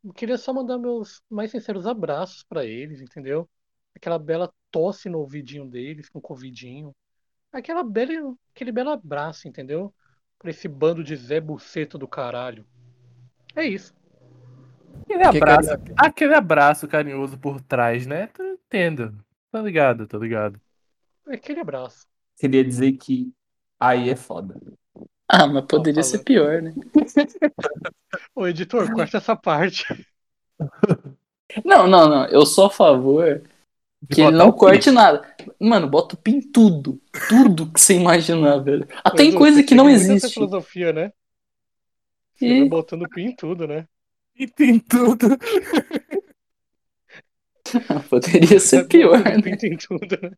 S2: Eu queria só mandar meus mais sinceros abraços para eles, entendeu? Aquela bela tosse no ouvidinho deles, com o covidinho. Aquela bela, aquele belo abraço, entendeu? Pra esse bando de Zé Buceto do caralho. É isso.
S5: é
S3: Aquele
S1: Que
S3: abraço,
S1: carioca?
S3: aquele abraço carinhoso por trás, né? Tô entendo. Tá ligado, tá ligado.
S2: é Aquele abraço.
S5: Queria dizer que aí é foda.
S4: Ah, mas poderia
S2: Tô falando.
S4: ser pior, né?
S2: Ô, editor, corta essa parte.
S4: Não, não, não. Eu sou a favor
S3: De
S4: que ele
S3: botar
S4: não
S3: o
S4: corte nada. Mano, bota o pin em tudo. Tudo que você imaginar, velho. Ah, tem
S2: Edu,
S4: coisa
S2: você
S4: que não
S2: segue muito essa
S4: existe.
S2: filosofia, né? Você
S4: E-
S2: vai botando pin em tudo, né?
S3: E tem tudo.
S4: ah, Poderia ser pior, né?
S2: Pinta em tudo, né?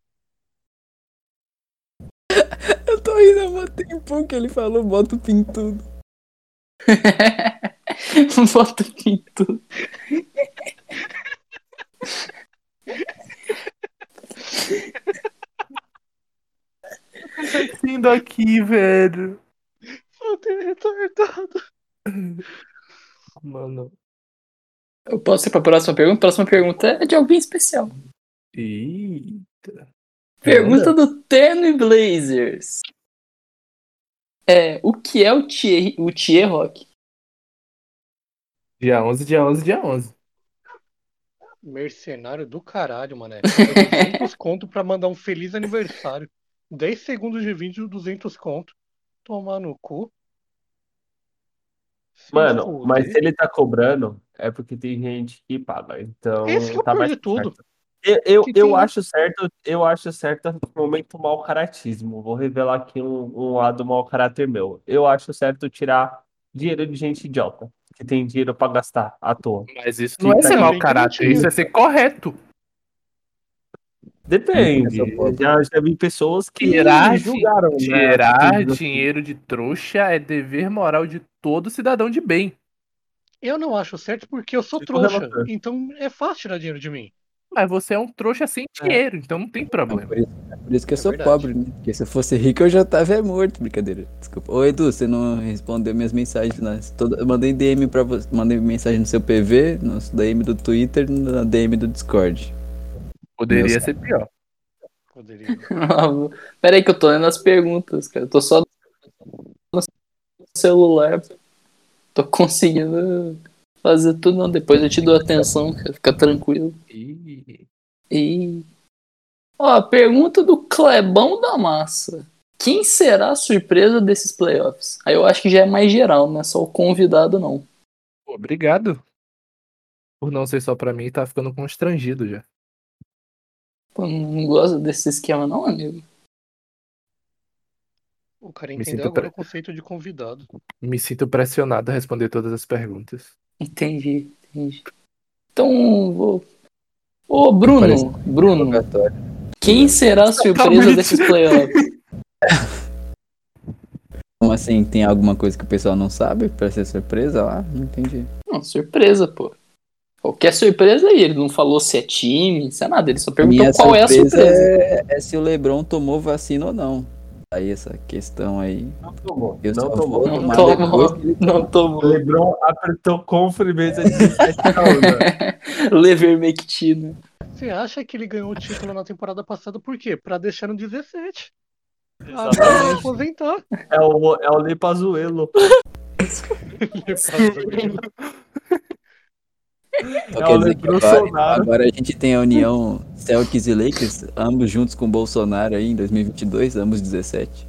S1: Eu tô rindo há mó tempão que ele falou, bota o pintudo.
S4: né? Bota aqui em tudo.
S3: Vindo aqui, velho.
S2: Eu tenho retardado.
S3: Mano.
S4: Eu posso ir pra próxima pergunta? Próxima pergunta é de alguém especial.
S3: Ih.
S4: Pergunta do Terno Blazers. É, o que é o Tier, o tier Rock?
S3: Dia 11, dia 11, dia 11.
S2: Mercenário do caralho, mané. Eu tenho 200 conto pra mandar um feliz aniversário. 10 segundos de vídeo, 200 conto. Tomar no cu. Se
S5: Mano,
S2: fuder.
S5: mas se ele tá cobrando, é porque tem gente que paga. Então.
S2: Esse que é o
S5: tá
S2: pior
S5: mais
S2: de tudo.
S5: certo. Eu, eu,
S2: Que
S5: eu
S2: tem-
S5: acho certo, eu acho certo no momento mau caratismo. Vou revelar aqui um, um lado mau caráter meu. Eu acho certo tirar dinheiro de gente idiota, que tem dinheiro pra gastar à toa.
S3: Mas isso não é
S5: Sim,
S3: ser
S5: tá
S3: mau
S2: bem
S3: caráter,
S2: bonitinho.
S3: isso é ser correto.
S5: Depende.
S1: Essa porra.
S5: Já, já vi pessoas que
S3: Tirar,
S5: julgaram, né,
S3: Tirar
S5: atitudes assim.
S3: dinheiro de trouxa é dever moral de todo cidadão de bem.
S2: Eu não acho certo porque eu sou
S5: Tipo
S2: trouxa.
S5: relator.
S2: Então é fácil tirar dinheiro de mim.
S3: Mas você é um trouxa sem dinheiro, então não tem problema.
S1: Por isso, é por isso que eu
S2: É
S1: sou
S2: verdade.
S1: pobre, né? Porque se eu fosse rico eu já tava é morto. Brincadeira, desculpa. Ô Edu, você não respondeu minhas mensagens. Nas... Toda... Eu mandei DM pra você. Mandei mensagem no seu PV, no DM do Twitter, na DM do Discord.
S3: Poderia
S1: Meu
S3: ser pior.
S2: Poderia.
S4: Pera aí que eu tô lendo as perguntas, cara. Eu tô só no celular. Tô conseguindo fazer tudo. Não, depois eu te dou atenção, cara. Fica tranquilo.
S3: Ih.
S4: E... Ó, pergunta do Clebão da Massa. Quem será a surpresa desses playoffs? Aí eu acho que já é mais geral, não é só o convidado, não.
S3: Pô, Obrigado. Por não ser só pra mim, tá ficando constrangido já.
S4: Pô, não gosta desse esquema, não, amigo.
S2: O cara
S3: Me
S2: entendeu
S3: sinto
S2: agora
S3: pre-
S2: o conceito de convidado.
S3: Me sinto pressionado a responder todas as perguntas.
S4: Entendi, entendi. Então, vou. Ô, Bruno,
S1: Parece-
S4: Bruno,
S1: Obrigatório.
S4: quem será a surpresa
S3: Totalmente.
S4: desses playoffs?
S1: Como assim, tem alguma coisa que o pessoal não sabe pra ser surpresa lá? Não entendi.
S4: Não, surpresa, pô. Qualquer surpresa aí, ele não falou se é time, se é nada, ele só perguntou
S1: Minha
S4: qual é a surpresa.
S1: é- é se o Lebron tomou vacina ou não. Aí essa questão aí.
S5: Não tomou,
S1: Eu
S5: não
S1: só
S5: tomou.
S1: vou
S4: Não
S1: é tomar
S4: tomou.
S1: depois que ele
S4: Não
S5: O
S4: tomou.
S5: LeBron apertou com firmeza 17 anos.
S4: Levermectina.
S2: Você acha que ele ganhou o título na temporada passada por quê? Pra deixar no 17. Agora
S5: Exatamente.
S2: ele vai aposentar.
S5: É o, é o Lepazuelo.
S2: Ele faz o-
S1: Então
S5: É
S1: quer
S5: o
S1: dizer que agora,
S5: Bolsonaro.
S1: agora a gente tem a união Celtics e Lakers, ambos juntos com o Bolsonaro aí em 2022, ambos 17.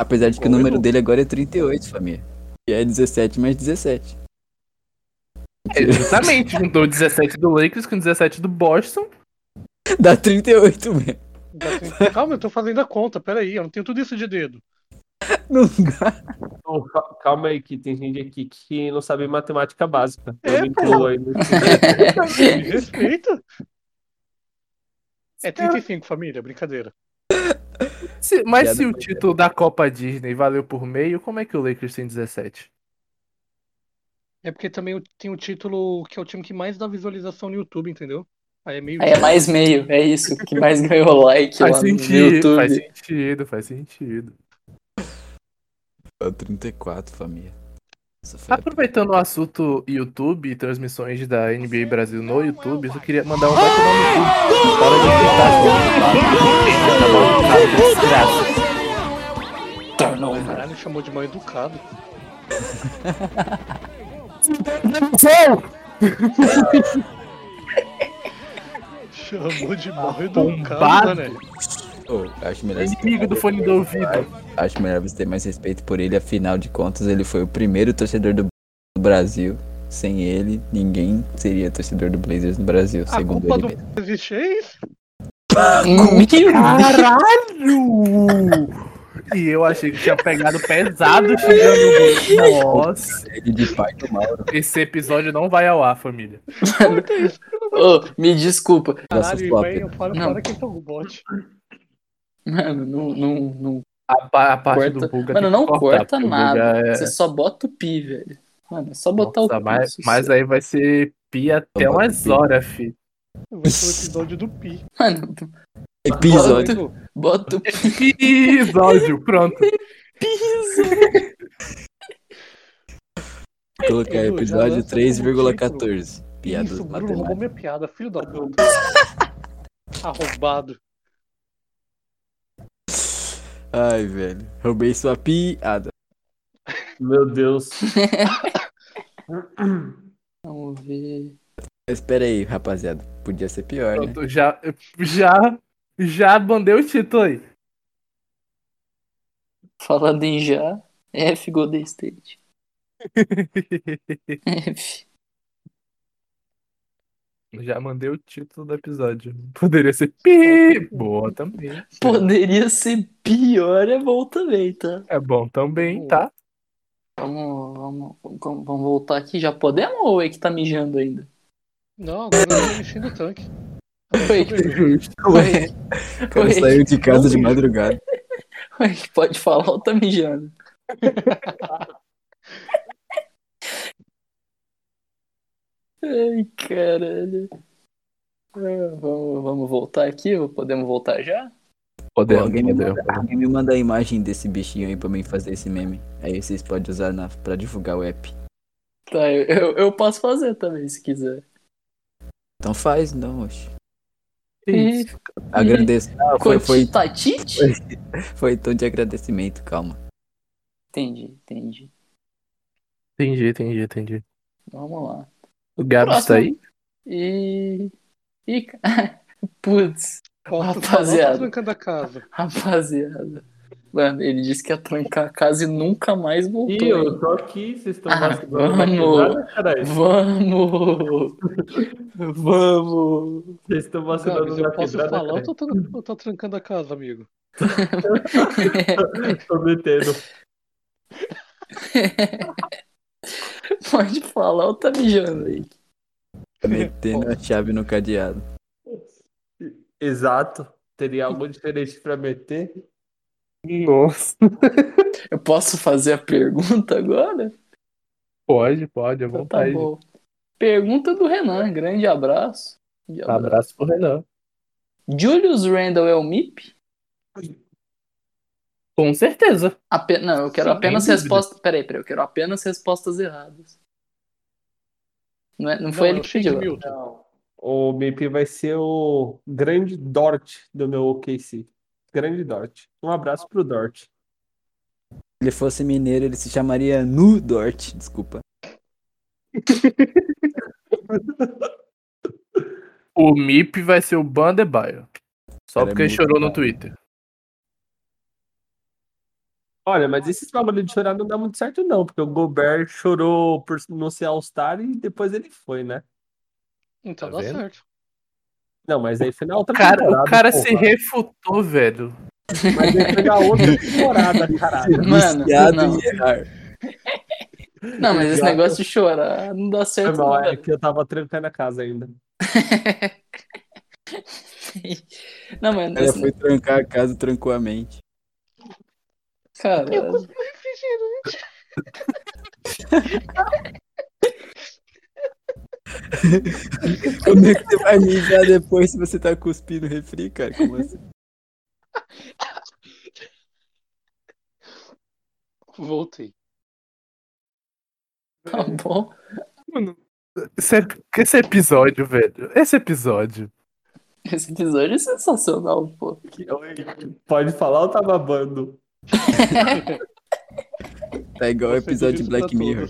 S1: Apesar de que o
S2: Doido.
S1: número dele agora é 38, família. E é 17 mais 17.
S3: É, Justamente, juntou 17 do Lakers com 17 do Boston.
S1: Dá 38 mesmo.
S2: Calma, eu tô fazendo a conta, peraí, eu não tenho tudo isso de dedo.
S1: Não dá.
S5: Então, ca- calma aí, que tem gente aqui que não sabe matemática básica. Eu
S2: É,
S5: me incluo aí. nesse-
S2: Me respeita. É 35, família, brincadeira.
S3: Se- mas
S1: Piada
S3: se o
S1: foi
S3: título da Copa Disney valeu por meio, como é que o Lakers tem 17?
S2: É porque também eu- tem o título que é o time que mais dá visualização no YouTube, entendeu? Aí é meio.
S4: Aí é mais meio, é isso, que mais ganhou like
S3: Faz
S4: lá no
S3: sentido,
S4: YouTube.
S3: faz sentido, faz sentido.
S1: Dá 34, família. Essa
S4: Tá
S1: foi a-
S3: Aproveitando o assunto YouTube e transmissões da NBA Brasil no YouTube, eu só queria mandar um vai tomar no cu. Para de gritar, seu babaca, desgraça.
S4: Turnover.
S2: Caralho, chamou de mal educado. Chamou de mal educado,
S3: Arrombado.
S2: né?
S1: Ô, acho
S2: é
S1: melhor você ter
S3: Inimigo do
S1: mais-
S3: fone do ouvido.
S1: Acho melhor você ter mais respeito por ele, afinal de contas, ele foi o primeiro torcedor do Brasil. Sem ele, ninguém seria torcedor do Blazers no Brasil,
S2: A
S1: segundo
S2: culpa
S1: ele
S2: do
S1: mesmo.
S2: existe é isso.
S3: Caralho! E eu achei que tinha pegado pesado xingando o Nossa,
S1: Ele de é pai do Mauro.
S3: esse episódio não vai ao ar, família.
S4: Ô, me desculpa.
S1: Nosso
S2: Caralho,
S1: flop.
S2: vai, eu falo
S4: Não.
S2: fora que tá o bot.
S4: Mano, não, não, não
S3: A, pa- a parte
S4: corta.
S3: do Buga.
S4: Mano,
S3: tem que
S4: não
S3: cortar,
S4: corta
S3: porque o
S4: nada.
S3: Buga é-
S4: Você só bota o pi, velho. Mano, é só botar
S3: Nossa,
S4: o pi.
S3: mas,
S4: isso-
S3: mas aí vai ser pia até
S1: Vamos
S3: umas
S1: pi.
S3: horas, fi.
S2: Vai ser o episódio do Pi.
S4: Mano,
S1: Episódio.
S4: bota o pi.
S3: Episódio, pronto.
S1: Colocar
S2: Edu, já
S1: episódio
S2: lança
S1: 3,14. Piadas
S2: Isso, o Bruno roubou
S1: matemáticas.
S2: minha piada, filho da puta. Arrombado.
S1: Ai, velho. Roubei sua piada.
S5: Meu Deus.
S4: Vamos ver.
S1: Espera aí, rapaziada. Podia ser pior, né?
S3: Pronto, já, já, já bandei o título aí.
S4: Falando em já, F Golden State. F.
S3: Já mandei o título do episódio. Poderia ser pi. Boa também.
S4: Poderia ser pior, é bom também, tá?
S3: É bom também, tá?
S4: Vamos, vamos, vamos, vamos voltar aqui. Já podemos ou é que tá mijando ainda?
S2: Não, agora eu tô mexendo o tanque.
S4: Oi,
S3: Justo.
S1: Ué, o cara
S4: Ué.
S1: saiu de casa de
S2: Ué.
S1: madrugada.
S4: Ué, Pode falar ou tá mijando? Ai, caralho. É, Vamos, vamos voltar aqui? Podemos
S2: É
S4: voltar já?
S1: Pô,
S3: Podemos,
S1: alguém, me
S3: podemos.
S1: manda, alguém me manda a imagem desse bichinho aí pra mim fazer esse meme. Aí vocês podem usar na, pra divulgar o app.
S4: Tá, eu- eu, eu posso fazer também se quiser.
S1: Então faz, não, oxe.
S3: Isso.
S1: Agradeço. Ah, foi, foi,
S4: Cotitatite?
S1: foi tom de agradecimento, calma.
S4: Entendi, entendi.
S3: Entendi, entendi, entendi.
S4: Vamos lá.
S3: O Gabs
S4: Próximo.
S3: tá aí?
S4: E. e... Putz,
S2: Posso
S4: Rapaziada.
S2: falar, tá trancando a casa.
S4: rapaziada. Mano, ele disse que ia trancar a casa e nunca mais voltou.
S5: Ih, eu tô aqui, vocês estão
S4: Ah,
S5: mastigando
S4: vamos.
S5: nada, caralho.
S4: Vamos! Vamos!
S5: Vocês estão
S1: tá
S2: Não,
S5: vacilando
S2: mas
S5: na
S2: eu posso
S5: quebrada,
S2: falar ou
S5: caralho.
S2: tô, tran- ou tô trancando a casa, amigo?
S5: Tô metendo.
S4: Pode falar ou tá mijando aí?
S1: Tá Metendo a chave no cadeado.
S5: Exato. Teria algo diferente pra meter.
S3: Nossa.
S4: Eu posso fazer a pergunta agora?
S3: Pode, pode, à
S4: Então
S3: vontade.
S4: Tá bom. Pergunta do Renan, grande abraço. Grande
S5: Um
S4: abraço.
S3: Abraço pro Renan.
S4: Julius Randle é o MIP?
S3: Com certeza.
S4: Ape- Não, eu quero
S3: Sem
S4: apenas
S3: dúvida.
S4: respostas. Peraí, peraí, eu quero apenas respostas erradas. Não, é- não
S2: Não,
S4: foi
S2: é
S4: ele
S2: o
S4: que
S2: Shake
S4: pediu.
S2: Milton.
S5: O Mip vai ser o grande Dort do meu OKC. Grande Dort. Um abraço pro Dort.
S1: Se ele fosse mineiro, ele se chamaria Nu Dort, desculpa.
S3: O MIP vai ser o Bandebaio. Só
S1: Cara, é
S3: porque ele
S1: muito
S3: chorou
S1: bom.
S3: no Twitter.
S5: Olha, mas esses bagulho de chorar não dá muito certo, não, porque o Gobert chorou por não ser All-Star e depois ele foi, né?
S2: Então
S3: Tá
S2: dá
S3: vendo?
S2: certo.
S5: Não, mas aí foi na outra
S3: Cara, o
S5: temporada,
S3: cara
S5: porra.
S3: se refutou, velho.
S5: Mas aí foi na outra temporada, caralho.
S4: Mano,
S1: Viciado
S4: não.
S1: em errar.
S4: Não, mas esse
S5: Obrigado.
S4: negócio de chorar não dá
S5: Foi
S4: certo.
S5: mal,
S4: Não,
S5: é
S4: velho.
S5: que eu tava trancando a casa ainda.
S4: não mas
S1: Ela
S4: esse-
S1: foi trancar a casa e trancou a mente.
S4: cara,
S2: Eu costumo refrigerante.
S1: Como é que você vai mijar depois se você tá cuspindo refri, cara? Como assim?
S2: Voltei.
S4: tá bom.
S3: Mano, esse, ep- esse episódio, velho. Esse episódio.
S4: Esse episódio é sensacional, pô.
S5: Que- Oi, Pode falar ou tá babando?
S1: Tá igual o episódio de Black Mirror.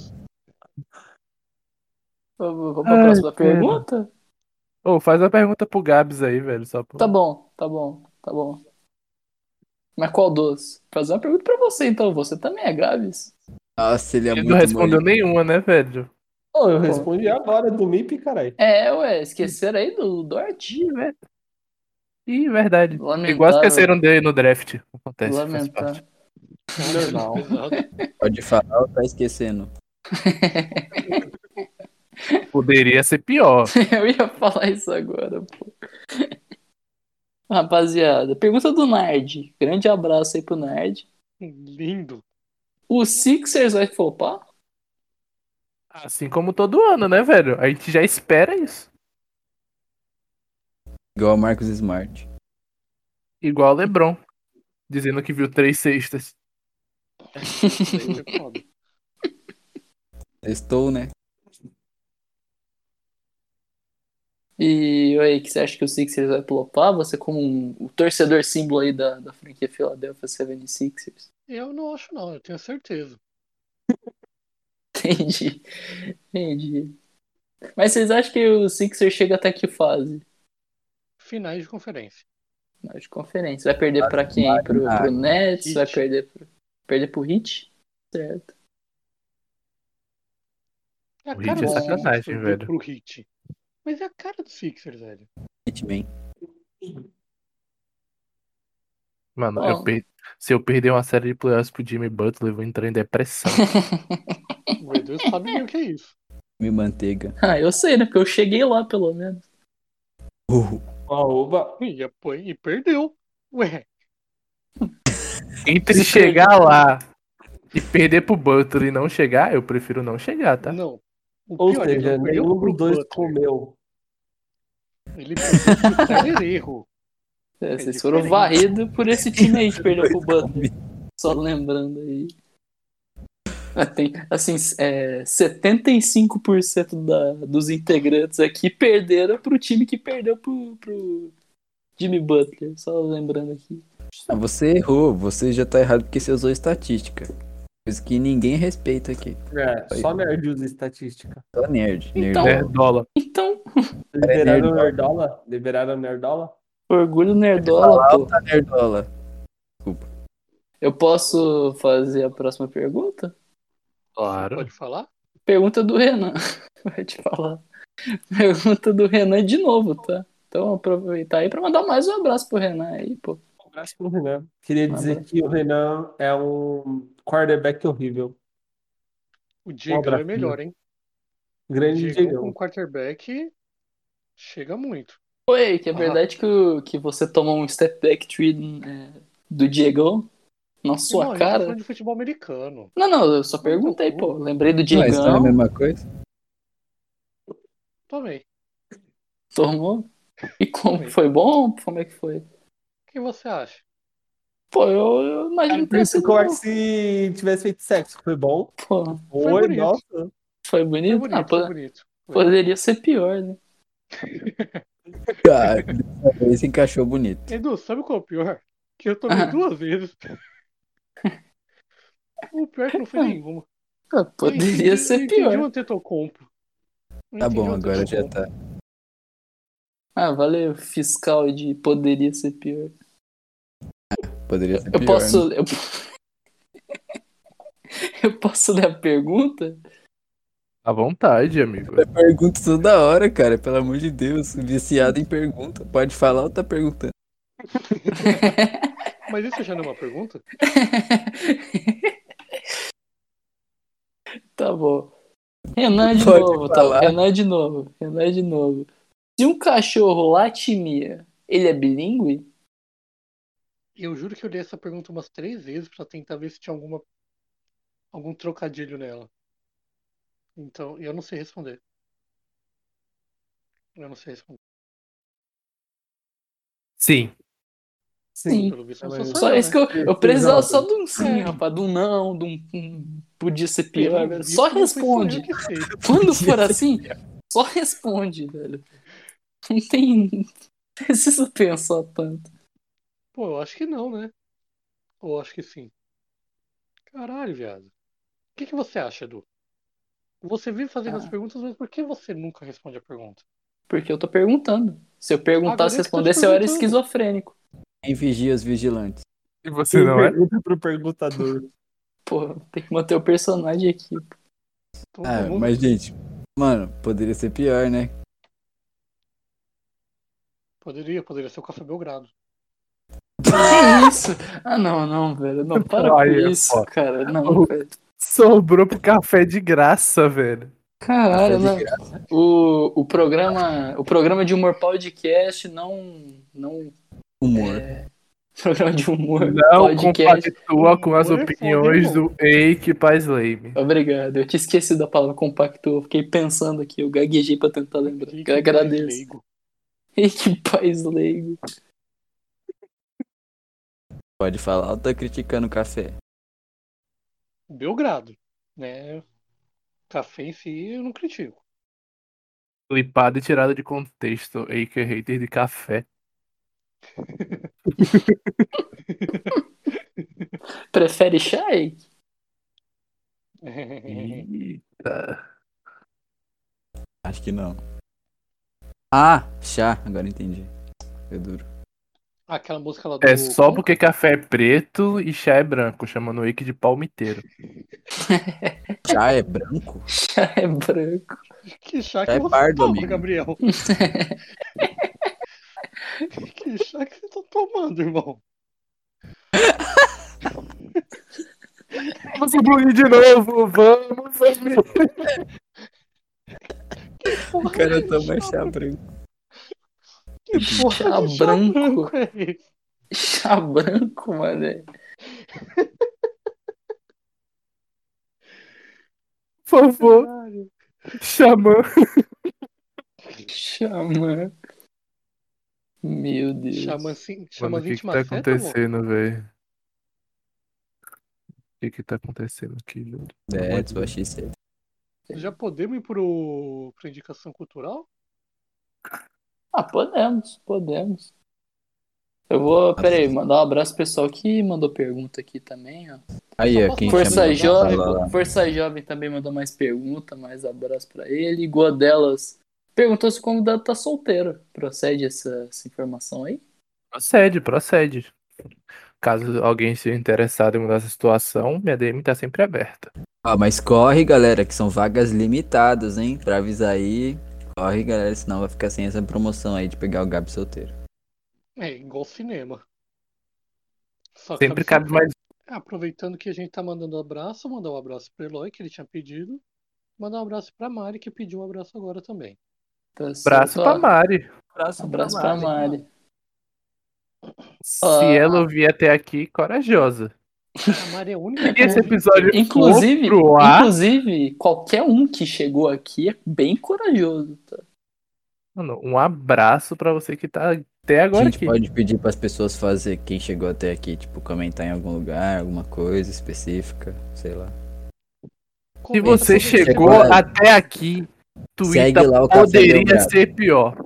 S4: Vamos vamos pra próxima pergunta?
S3: Ô, faz a pergunta pro Gabs aí, velho. Só pra...
S4: Tá bom, tá bom, tá bom. Mas qual doce? Fazer uma pergunta pra você, então. Você também é Gabs.
S1: Nossa, ele é
S3: Ele
S1: muito
S3: não respondeu
S1: moleque.
S3: nenhuma, né, velho?
S5: Ô, eu respondi agora do MIP, caralho.
S4: É, ué, esqueceram aí do Dort?
S3: Ih, velho. Ih, verdade.
S4: Lamentável.
S3: Igual esqueceram dele no draft. Acontece, faz parte.
S4: Lamentável.
S5: Normal.
S1: Pode falar ou tá esquecendo?
S3: Poderia ser pior.
S4: Eu ia falar isso agora, pô. Rapaziada, pergunta do Nard. Grande abraço aí pro Nard.
S2: Lindo.
S4: O Sixers vai flopar?
S3: Assim como todo ano, né, velho? A gente já espera isso.
S1: Igual o Marcos Smart.
S3: Igual o LeBron. Dizendo que viu três cestas.
S2: Sempre é foda.
S1: Testou, né?
S4: E aí, que você acha que o Sixers vai flopar? Você como um, o torcedor símbolo aí da, da franquia Philadelphia 76ers.
S2: Eu não acho, não, eu tenho certeza.
S4: Entendi. Entendi. Mas vocês acham que o Sixers chega até que fase?
S2: Finais de conferência.
S4: Final de conferência. Vai perder pra quem? Pro, pro Nets? Vai
S2: Heat.
S4: perder pro, perder pro Hit? Certo.
S2: É a
S3: O
S2: cara
S3: Heat
S4: é
S2: do Sixers
S3: sacanagem,
S2: perder
S3: velho.
S2: Pro hit. Mas é a cara do Sixers, velho.
S1: Hitman.
S3: Mano,
S4: Bom.
S3: eu per- se eu perder uma série de playoffs pro Jimmy Butler, eu vou entrar em depressão.
S2: O Edu sabe bem o que é isso.
S1: Me manteiga.
S4: Ah, eu sei, né? Porque eu cheguei lá, pelo menos.
S1: Uh,
S5: Ó, oba.
S2: E, apo- e perdeu. Ué,
S3: Entre chegar lá e perder pro Butler e não chegar, eu prefiro não chegar, tá?
S2: não. O
S5: Ou
S2: pior é que
S5: seja,
S2: ele perdeu
S5: nenhum
S2: pro
S5: dos dois
S2: Butler.
S5: comeu.
S2: Ele perdeu por erro.
S4: É, vocês
S2: diferente.
S4: foram varridos por esse time aí que perdeu pro Butler. Só lembrando aí. Ah, Tem, assim, é, 75% da, dos integrantes aqui perderam pro time que perdeu pro, pro Jimmy Butler. Só lembrando aqui.
S1: Ah, você errou. Você já tá errado porque você usou estatística. Coisa que ninguém respeita aqui.
S5: É, só nerd usa estatística.
S1: Só nerd.
S4: Então-
S1: nerd.
S3: É, Nerdola. É,
S4: Então,
S5: Liberaram o
S1: nerdola.
S5: Nerdola? Liberaram o Nerdola?
S4: orgulho nerdola, pô.
S1: Tá nerdola.
S4: Eu posso fazer a próxima pergunta?
S3: Claro.
S2: Pode falar?
S4: Pergunta do Renan. Vai te falar. Pergunta do Renan de novo, tá? Então aproveitar aí pra mandar mais um abraço pro Renan aí, pô.
S5: Um abraço pro Renan. Queria
S4: Um
S5: dizer que o Renan é um quarterback horrível.
S2: O Diego é
S5: abracinho.
S2: melhor, hein? O
S5: Grande
S2: Diego
S5: Um Diego.
S2: com quarterback chega muito.
S4: Oi, que é
S2: Ah.
S4: verdade que, o- que você tomou um step back three é, do Diegão na sua
S2: Não, a gente tá
S4: cara.
S2: falando de futebol americano.
S4: Não, não, eu só perguntei, pô. Lembrei do
S1: Mas não é a
S4: Diegão.
S1: mesma coisa?
S2: Tomei.
S4: Tomou. E como? Foi bom? Como é que foi?
S2: Quem você acha?
S4: Pô, eu, eu imagino que tenha sido
S5: Ficou
S4: bom,
S5: se tivesse feito sexo. Foi bom?
S4: pô.
S5: Foi,
S2: bonito.
S5: nossa.
S4: Foi
S2: Foi
S4: bonito?
S2: É bonito,
S4: Ah,
S2: foi
S4: po-
S2: bonito.
S4: poderia ser pior, né?
S1: Ah, dessa vez se encaixou bonito.
S2: Edu, sabe qual é o pior? Que eu tomei
S4: Ah.
S2: duas vezes. o pior é que não foi nenhuma.
S4: Ah, Poderia
S2: Eu
S4: ser
S2: entendi
S4: pior.
S2: um Antetokounmpo. Não
S1: Tá
S2: entendi
S1: bom,
S2: outra
S1: agora já
S2: pergunta.
S1: tá.
S4: Ah, valeu, fiscal de poderia ser pior.
S1: Poderia ser
S4: Eu
S1: pior, né?
S4: posso. Eu... eu posso ler a pergunta?
S3: À vontade, amigo.
S1: Eu pergunto toda hora, cara. Pelo amor de Deus. Viciado em pergunta. Pode falar ou tá perguntando?
S2: Mas isso já não é uma pergunta?
S4: Tá bom. Renan de
S1: Pode
S4: novo,
S1: falar.
S4: tá? Renan de novo. Renan de novo. Se um cachorro latimia, ele é bilíngue?
S2: Eu juro que eu li essa pergunta umas três vezes pra tentar ver se tinha alguma algum trocadilho nela. Então, eu não sei responder. Eu não sei responder.
S3: Sim.
S4: Sim.
S2: Pelo visto, não
S5: Mas-
S2: sou
S4: Só
S2: eu,
S4: isso
S2: né?
S4: que eu, eu precisava
S5: Exato.
S4: só de um sim, rapaz, de um não, de um, um podia ser pior.
S2: Pelo
S4: Agora,
S2: visto,
S4: Só
S2: não fui só eu
S4: responde.
S2: que sei.
S4: Quando for assim, só responde, velho. Não tem. Não precisa pensar tanto.
S2: Pô, eu acho que não, né? Ou acho que sim. Caralho, viado. O que, que você acha, Edu? Você vive fazendo
S4: Ah.
S2: as perguntas, mas por que você nunca responde a pergunta?
S4: Porque eu tô perguntando. Se eu
S2: Agora eu que tô
S4: perguntasse,
S2: te
S4: respondesse, eu era
S2: perguntando.
S4: esquizofrênico.
S1: Quem vigia os vigilantes?
S3: E você não é?
S5: Pergunta pro perguntador.
S4: Pô, tem que manter o personagem aqui.
S2: Todo
S1: Ah,
S2: Então, mundo-
S1: mas gente, mano, poderia ser pior, né?
S2: Poderia, poderia ser o Café Belgrado.
S4: Que isso? Ah, não, não, velho. Não, para
S3: Aí é
S4: com isso,
S3: foda.
S4: cara. Não,
S3: Porra.
S4: velho.
S3: Sobrou pro café de graça, velho.
S4: Caralho,
S1: Café
S4: não. O, o programa, o programa de humor podcast não, não
S1: Humor.
S4: programa de humor
S3: Não
S4: podcast.
S3: compactua com as
S2: Humor é
S3: opiniões
S2: foda,
S3: do Eike Paislame.
S4: Obrigado. Eu tinha esquecido da palavra compactou. Eu Fiquei pensando aqui, eu gaguejei pra tentar lembrar.
S2: Que
S4: Eu agradeço.
S2: leigo.
S4: E que país leigo.
S1: Pode falar ou tá criticando o café?
S2: Belgrado, né? Café em si eu não critico.
S3: Clipado e tirado de contexto. Eike é hater de café.
S4: Prefere chai?
S2: É.
S3: Uhum. Eita.
S1: Acho que não. Ah, chá. Agora entendi. É duro.
S2: Aquela música lá do.
S3: É só porque café é preto e chá é branco, chamando o Eike de palmiteiro.
S1: Chá é branco?
S4: Chá é branco.
S2: Que chá que
S1: É
S2: você
S1: bardo,
S2: toma,
S1: amigo.
S2: Gabriel? que chá que você tá tomando, irmão?
S3: Vamos subir de novo, vamos, família.
S1: O cara
S3: tá
S1: toma chá branco.
S2: é Que porra
S4: Chá
S2: de chá
S4: branco.
S2: branco é esse?
S4: Chá branco, mano.
S3: Por favor,
S2: Caralho.
S3: xamã.
S4: Xamã. Meu Deus.
S2: Xamanzinho
S3: Mano, o que
S2: de
S3: que tá
S2: maceta, amor?
S3: acontecendo, velho? O que que tá acontecendo aqui, velho?
S1: É, eu achei certo.
S2: Já podemos ir pro, pra indicação cultural?
S4: Ah, podemos, podemos. Eu vou, peraí, mandar um abraço pro pessoal que mandou pergunta aqui também, ó.
S1: Aí, ó, quem
S4: Força
S1: chama-
S4: Jovem,
S1: Fala lá.
S4: Força Jovem também mandou mais pergunta, mais abraço pra ele. Godelas perguntou se o convidado tá solteiro. Procede essa, essa informação aí?
S3: Procede, procede. Caso alguém seja interessado em mudar essa situação, minha DM tá sempre aberta.
S1: Ah, mas corre, galera, que são vagas limitadas, hein? Pra avisar aí. Corre, galera, senão vai ficar sem essa promoção aí de pegar o Gabi solteiro.
S2: É, igual cinema. Só que
S3: Sempre
S2: sabe-
S3: cabe mais.
S2: Aproveitando que a gente tá mandando abraço, mandar um abraço pro Eloy, que ele tinha pedido. Mandar um abraço pra Mari, que pediu um abraço agora também.
S4: Tá
S3: Abraço
S4: certo, ó.
S3: pra Mari.
S5: Abraço,
S4: Abraço pra Mari. Ah.
S3: Se ela ouvir até aqui, corajosa.
S2: A Mari é a única
S3: E esse
S2: ouvinte-
S3: episódio
S4: Inclusive,
S3: for pro ar.
S4: inclusive, qualquer um que chegou aqui é bem corajoso. tá?
S3: Mano, um abraço pra você que tá até
S1: a
S3: agora
S1: gente
S3: aqui.
S1: pode pedir pras pessoas fazer quem chegou até aqui, tipo, comentar em algum lugar, alguma coisa específica, sei lá.
S3: Se
S2: comenta
S3: você
S2: sobre-
S3: chegou
S1: Segue-
S3: até aqui,
S1: Segue
S3: Twitter
S1: lá o Café
S3: poderia
S1: Belgrado.
S3: ser pior.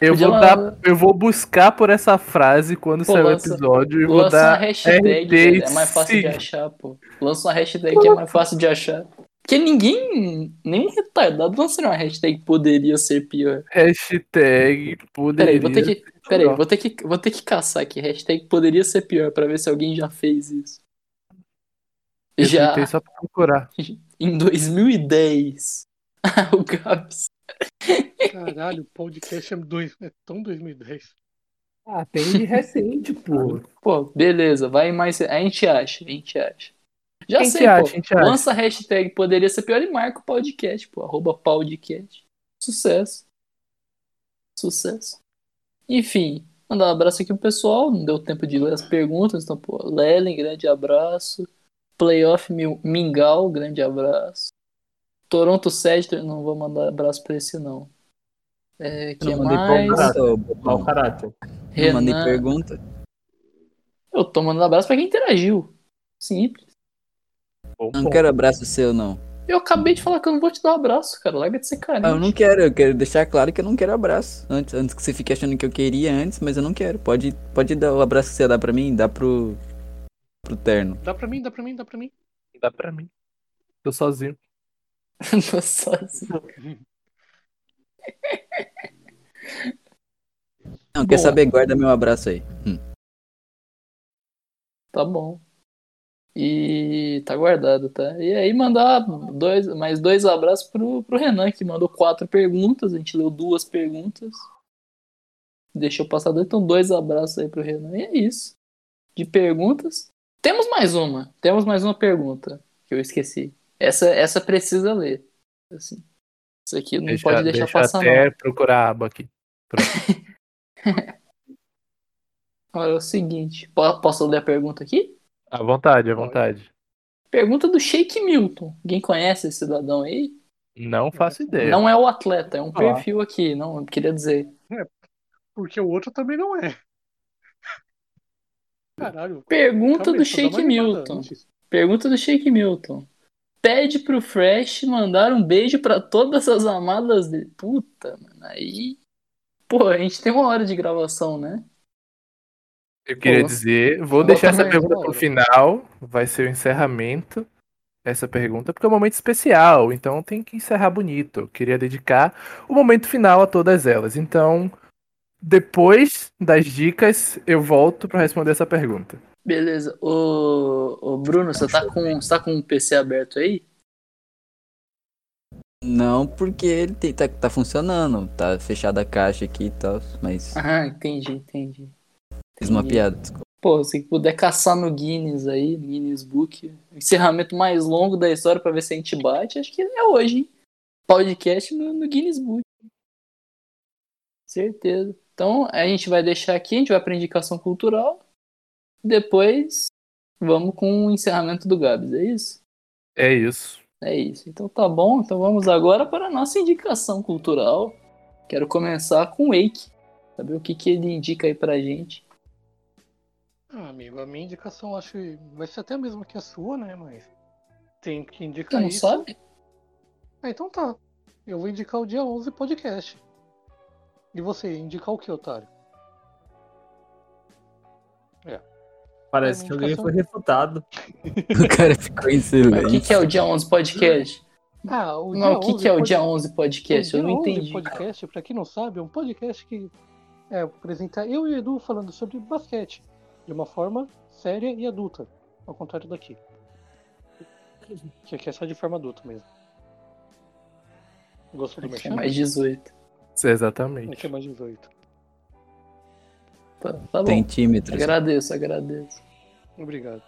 S3: Eu
S4: Podia
S3: vou,
S4: lá-
S3: dar, eu vou buscar por essa frase quando
S4: Pô,
S3: sair o
S4: lança-
S3: episódio e vou
S4: Lança uma
S3: dar
S4: hashtag,
S3: RT,
S4: velho, é mais fácil de
S3: sim.
S4: achar, pô. Lança uma hashtag que é mais fácil de achar. Porque ninguém, nenhum retardado lançaria uma hashtag poderia ser pior.
S3: Hashtag
S4: Peraí,
S3: poderia.
S4: vou ter que,
S3: ser
S4: peraí,
S3: pior.
S4: vou ter que, vou ter que caçar aqui. Hashtag poderia ser pior pra ver se alguém já fez isso.
S3: Eu
S4: Já
S3: tentei só pra procurar.
S4: em 2010. o Gabs.
S2: Caralho, o podcast é, dois, é tão 2010.
S5: Ah, tem de recente, pô.
S4: Pô, beleza, vai mais. A gente acha, a gente acha. Já
S3: A gente
S4: sei,
S3: acha,
S4: pô.
S3: a gente acha.
S4: Lança a hashtag poderia ser pior e marca o podcast, pô. Arroba podcast. Sucesso. Sucesso. Enfim, mandar um abraço aqui pro pessoal. Não deu tempo de ler as perguntas, então, pô. Lelen, grande abraço. Playoff Mil- Mingau, grande abraço. Toronto Sedger, não vou mandar abraço pra esse, não. É, que
S5: Não mandei pra um
S4: mais?
S5: cara.
S1: Nossa, ô,
S5: Mau
S1: bobão.
S5: caráter.
S1: Não mandei
S4: Renan.
S1: pergunta.
S4: Eu tô mandando abraço pra quem interagiu. Simples.
S3: Bom,
S1: Não
S3: bom.
S1: quero abraço seu, não.
S4: Eu acabei de falar que eu não vou te dar um abraço, cara. Larga de ser carente.
S1: Ah, eu não quero, eu quero deixar claro que eu não quero abraço. Antes, antes que você fique achando que eu queria antes, mas eu não quero. Pode, pode dar o abraço que você dá pra mim, dá pro, pro terno.
S2: Dá pra mim, dá pra mim, dá pra mim.
S3: Dá pra mim. Tô sozinho.
S4: Tô sozinho.
S1: Não, quer
S4: Boa.
S1: saber? Guarda meu abraço aí. Hum.
S4: Tá bom. E tá guardado, tá? E aí mandar dois, mais dois abraços pro, pro Renan, que mandou quatro perguntas. A gente leu duas perguntas. Deixou passar dois, então dois abraços aí pro Renan. E é isso. De perguntas. Temos mais uma. Temos mais uma pergunta que eu esqueci. Essa, essa precisa ler. Assim. Isso aqui não pode deixar
S3: deixa
S4: passar, não.
S3: até procurar a aba aqui.
S4: Agora é o seguinte, po- posso ler a pergunta aqui?
S3: À vontade, à vontade.
S4: Pergunta do Shake Milton. Alguém conhece esse cidadão aí?
S3: Não faço ideia.
S4: Não é o atleta, é um
S5: Ah lá.
S4: perfil aqui, não eu queria dizer.
S2: Porque o outro também não é. Caralho.
S4: Pergunta
S2: calma aí,
S4: do
S2: só dá uma
S4: Shake
S2: animada
S4: Milton.
S2: antes.
S4: Pergunta do Shake Milton. Pede pro Fresh mandar um beijo pra todas as amadas dele. Puta, mano, aí. Pô, a gente tem uma hora de gravação, né?
S3: Eu queria
S4: Pô.
S3: dizer, vou
S4: Bota
S3: deixar essa
S4: mais
S3: pergunta
S4: uma
S3: pro
S4: hora.
S3: final, vai ser o encerramento essa pergunta, porque é um momento especial, então tem que encerrar bonito. Eu queria dedicar o momento final a todas elas. Então, depois das dicas, eu volto pra responder essa pergunta.
S4: Beleza. Ô, ô Bruno, você tá, com, você tá com o PC aberto aí?
S1: Não, porque ele tem- tá, tá funcionando. Tá fechada a caixa aqui e tal. Mas
S4: Ah, entendi, entendi.
S1: fiz uma
S4: entendi.
S1: piada, desculpa.
S4: Pô, se puder caçar no Guinness aí, no Guinness Book, o encerramento mais longo da história pra ver se a gente bate, acho que é hoje, hein? Podcast no, no Guinness Book. Certeza. Então, a gente vai deixar aqui, a gente vai pra indicação cultural. Depois, vamos com o encerramento do Gabs, é isso?
S3: É isso.
S4: É isso. Então tá bom, então vamos agora para a nossa indicação cultural. Quero começar com o Eike. Saber o que, que ele indica aí pra gente.
S2: Ah, amigo, a minha indicação acho que vai ser até a mesma que a sua, né? Mas tem que
S4: Você
S2: indicar
S4: não
S2: É isso.
S4: sabe?
S2: Ah, então tá. Eu vou indicar o dia 11 podcast. E você, indicar o que, otário?
S5: Parece
S3: É,
S5: que
S3: tá
S5: alguém foi refutado.
S1: O cara ficou em
S4: Mas
S1: silêncio.
S4: O que, que é o dia 11 podcast?
S2: Ah, o
S4: Não, o que, que é o
S2: Pod-
S4: dia 11 podcast?
S2: o
S4: Eu não
S2: Dia 11
S4: entendi.
S2: podcast, pra quem não sabe, é um podcast que é, apresenta eu e o Edu falando sobre basquete de uma forma séria e adulta, ao contrário daqui. Que aqui é só de forma adulta mesmo. Gostou do
S4: Aqui é
S2: merchan?
S4: mais 18.
S3: Exatamente.
S2: Aqui é mais 18.
S4: Tá, tá bom.
S1: Centímetros.
S4: Agradeço, agradeço.
S2: Obrigado.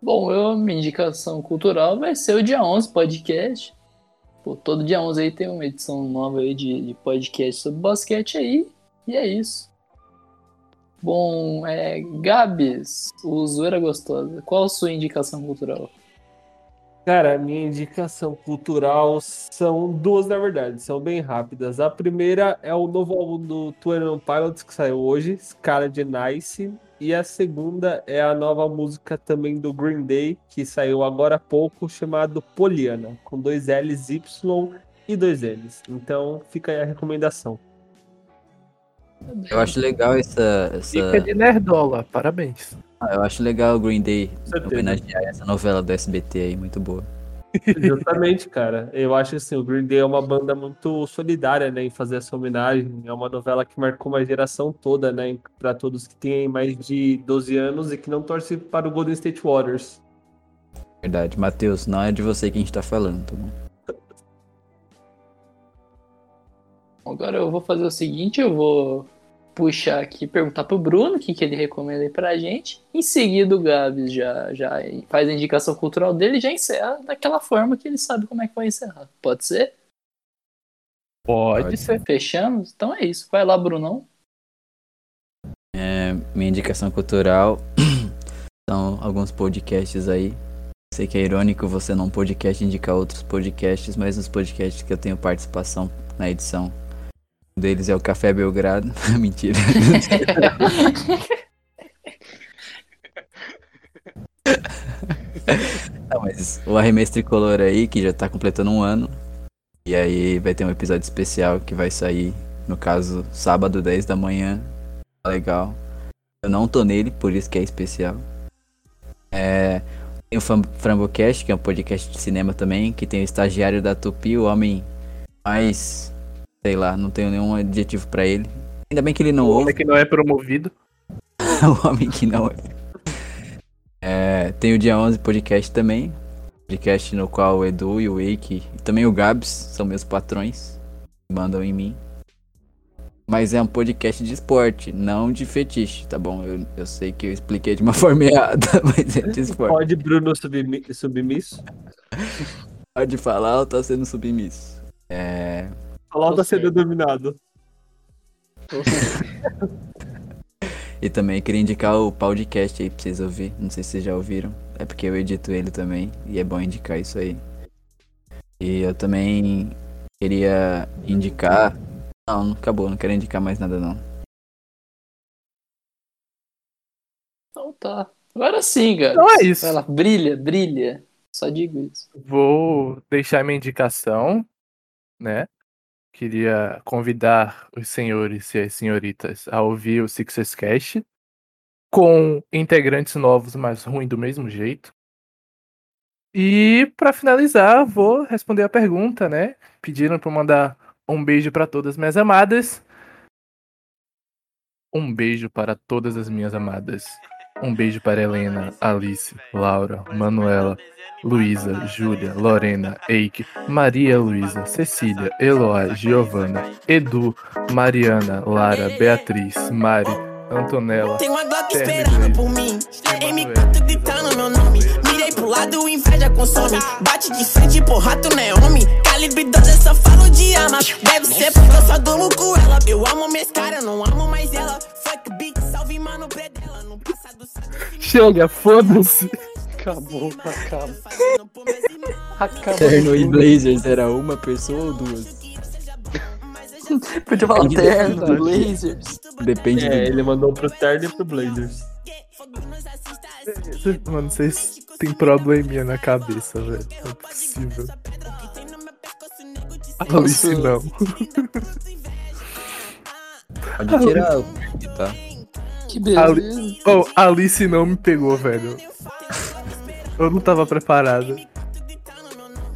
S4: Bom, eu, minha indicação cultural vai ser o dia 11 podcast. Pô, todo dia 11 aí tem uma edição nova aí de, de podcast sobre basquete aí. E é isso. Bom, é, Gabs, o Zoeira Gostosa, qual a sua indicação cultural?
S5: Cara, a minha indicação cultural são duas, na verdade, são bem rápidas. A primeira é o novo álbum do Twin One Pilots que saiu hoje, Cara de Nice. E a segunda é a nova música também do Green Day, que saiu agora há pouco, chamado Poliana, com dois L's, Y e dois L's. Então fica aí a recomendação.
S1: Eu acho legal essa. essa...
S3: Dica de nerdola, parabéns.
S1: Ah, Eu acho legal o Green Day
S5: certeza.
S1: homenagear essa novela do SBT aí, muito boa.
S5: Justamente, cara. Eu acho assim, o Green Day é uma banda muito solidária, né, em fazer essa homenagem. É uma novela que marcou uma geração toda, né, para todos que têm mais de 12 anos e que não torce para o Golden State Warriors.
S1: Verdade, Matheus, não é de você que a gente tá falando, tá bom?
S4: Agora eu vou fazer o seguinte, eu vou puxar aqui, perguntar pro Bruno o que, que ele recomenda aí pra gente. Em seguida o Gabs já, já faz a indicação cultural dele e já encerra daquela forma que ele sabe como é que vai encerrar. Pode ser?
S3: Pode,
S1: Pode.
S3: ser.
S4: Fechamos? Então é isso. Vai lá, Brunão.
S1: É, minha indicação cultural são alguns podcasts aí. Sei que é irônico você num podcast indicar outros podcasts, mas nos podcasts que eu tenho participação na edição. Um deles é o Café Belgrado. Mentira. Não, mas o Arremesso Tricolor aí, que já tá completando um ano. E aí vai ter um episódio especial que vai sair, no caso, sábado, 10 da manhã. Tá Legal. Eu não tô nele, por isso que é especial. É, tem o Fam- Frambocast, que é um podcast de cinema também, que tem o estagiário da Tupi, o homem mais. Sei lá, não tenho nenhum adjetivo pra ele. Ainda bem que ele não
S3: O
S1: ouve.
S3: homem que não é promovido.
S1: o homem que não é. É, Tem o Dia 11 podcast também. Podcast no qual o Edu e o Wake e também o Gabs são meus patrões. Mandam em mim. Mas é um podcast de esporte, não de fetiche, tá bom? Eu, eu sei que eu expliquei de uma forma errada, mas é de esporte.
S5: Pode Bruno submi- submisso?
S1: Pode falar ou tá sendo submisso? É,
S5: Falar tá
S4: Tô certo.
S5: sendo dominado.
S1: E também queria indicar o podcast aí pra vocês ouvir. Não sei se vocês já ouviram. É porque eu edito ele também. E é bom indicar isso aí. E eu também queria indicar. Não, não acabou, não quero indicar mais nada não.
S4: Então tá. Agora sim, Gabs.
S3: Então é isso.
S4: Vai lá, brilha, brilha. Só digo isso.
S3: Vou deixar minha indicação, né? Queria convidar os senhores e as senhoritas a ouvir o Sixers Cast com integrantes novos, mas ruim do mesmo jeito. E para finalizar, vou responder a pergunta, né? Pediram para mandar um beijo para todas minhas amadas. Um beijo para todas as minhas amadas. Um beijo para Helena, Alice, Laura, Manuela, Luísa, Júlia, Lorena, Eike, Maria Luísa, Cecília, Eloá, Giovana, Edu, Mariana, Lara, Beatriz, Mari, Antonella,
S6: Tem uma Glock
S3: Terno
S6: esperando
S3: Grey.
S6: por mim. M4 gritando meu nome. Mirei pro lado, inveja consome. Bate de frente pro rato, né, homem? Calibre 12, eu só falo de arma. Deve ser porque eu só durmo com ela. Eu amo minha cara, não amo mais ela. Fuck Big, salve mano, predela. No passado, sabe
S3: Chega, foda-se.
S2: Acabou, acabou.
S4: Acabou.
S1: Terno e É, Blazers era uma pessoa ou duas?
S4: Podia falar terno,
S1: Verdade.
S4: blazers.
S1: Depende
S5: É,
S1: do.
S5: ele mandou pro Terno e pro Blazers.
S3: Mano, vocês têm probleminha na cabeça, velho. Não é possível. Alice não.
S1: Pode tirar o tá?
S4: Que
S3: Ali-
S4: beleza.
S3: Oh, Alice não me pegou, velho. Eu não tava preparado.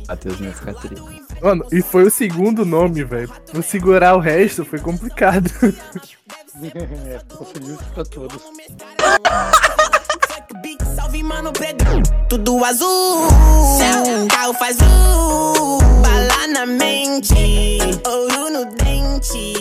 S1: Matheus ia ficar triste.
S3: Mano, e foi o segundo nome, velho. Pra segurar o resto foi complicado.
S2: É, conseguiu isso pra todos.
S6: Big, salve mano, predela. Tudo azul. Céu, carro faz uh, Bala na mente. Ouro no dente. Um,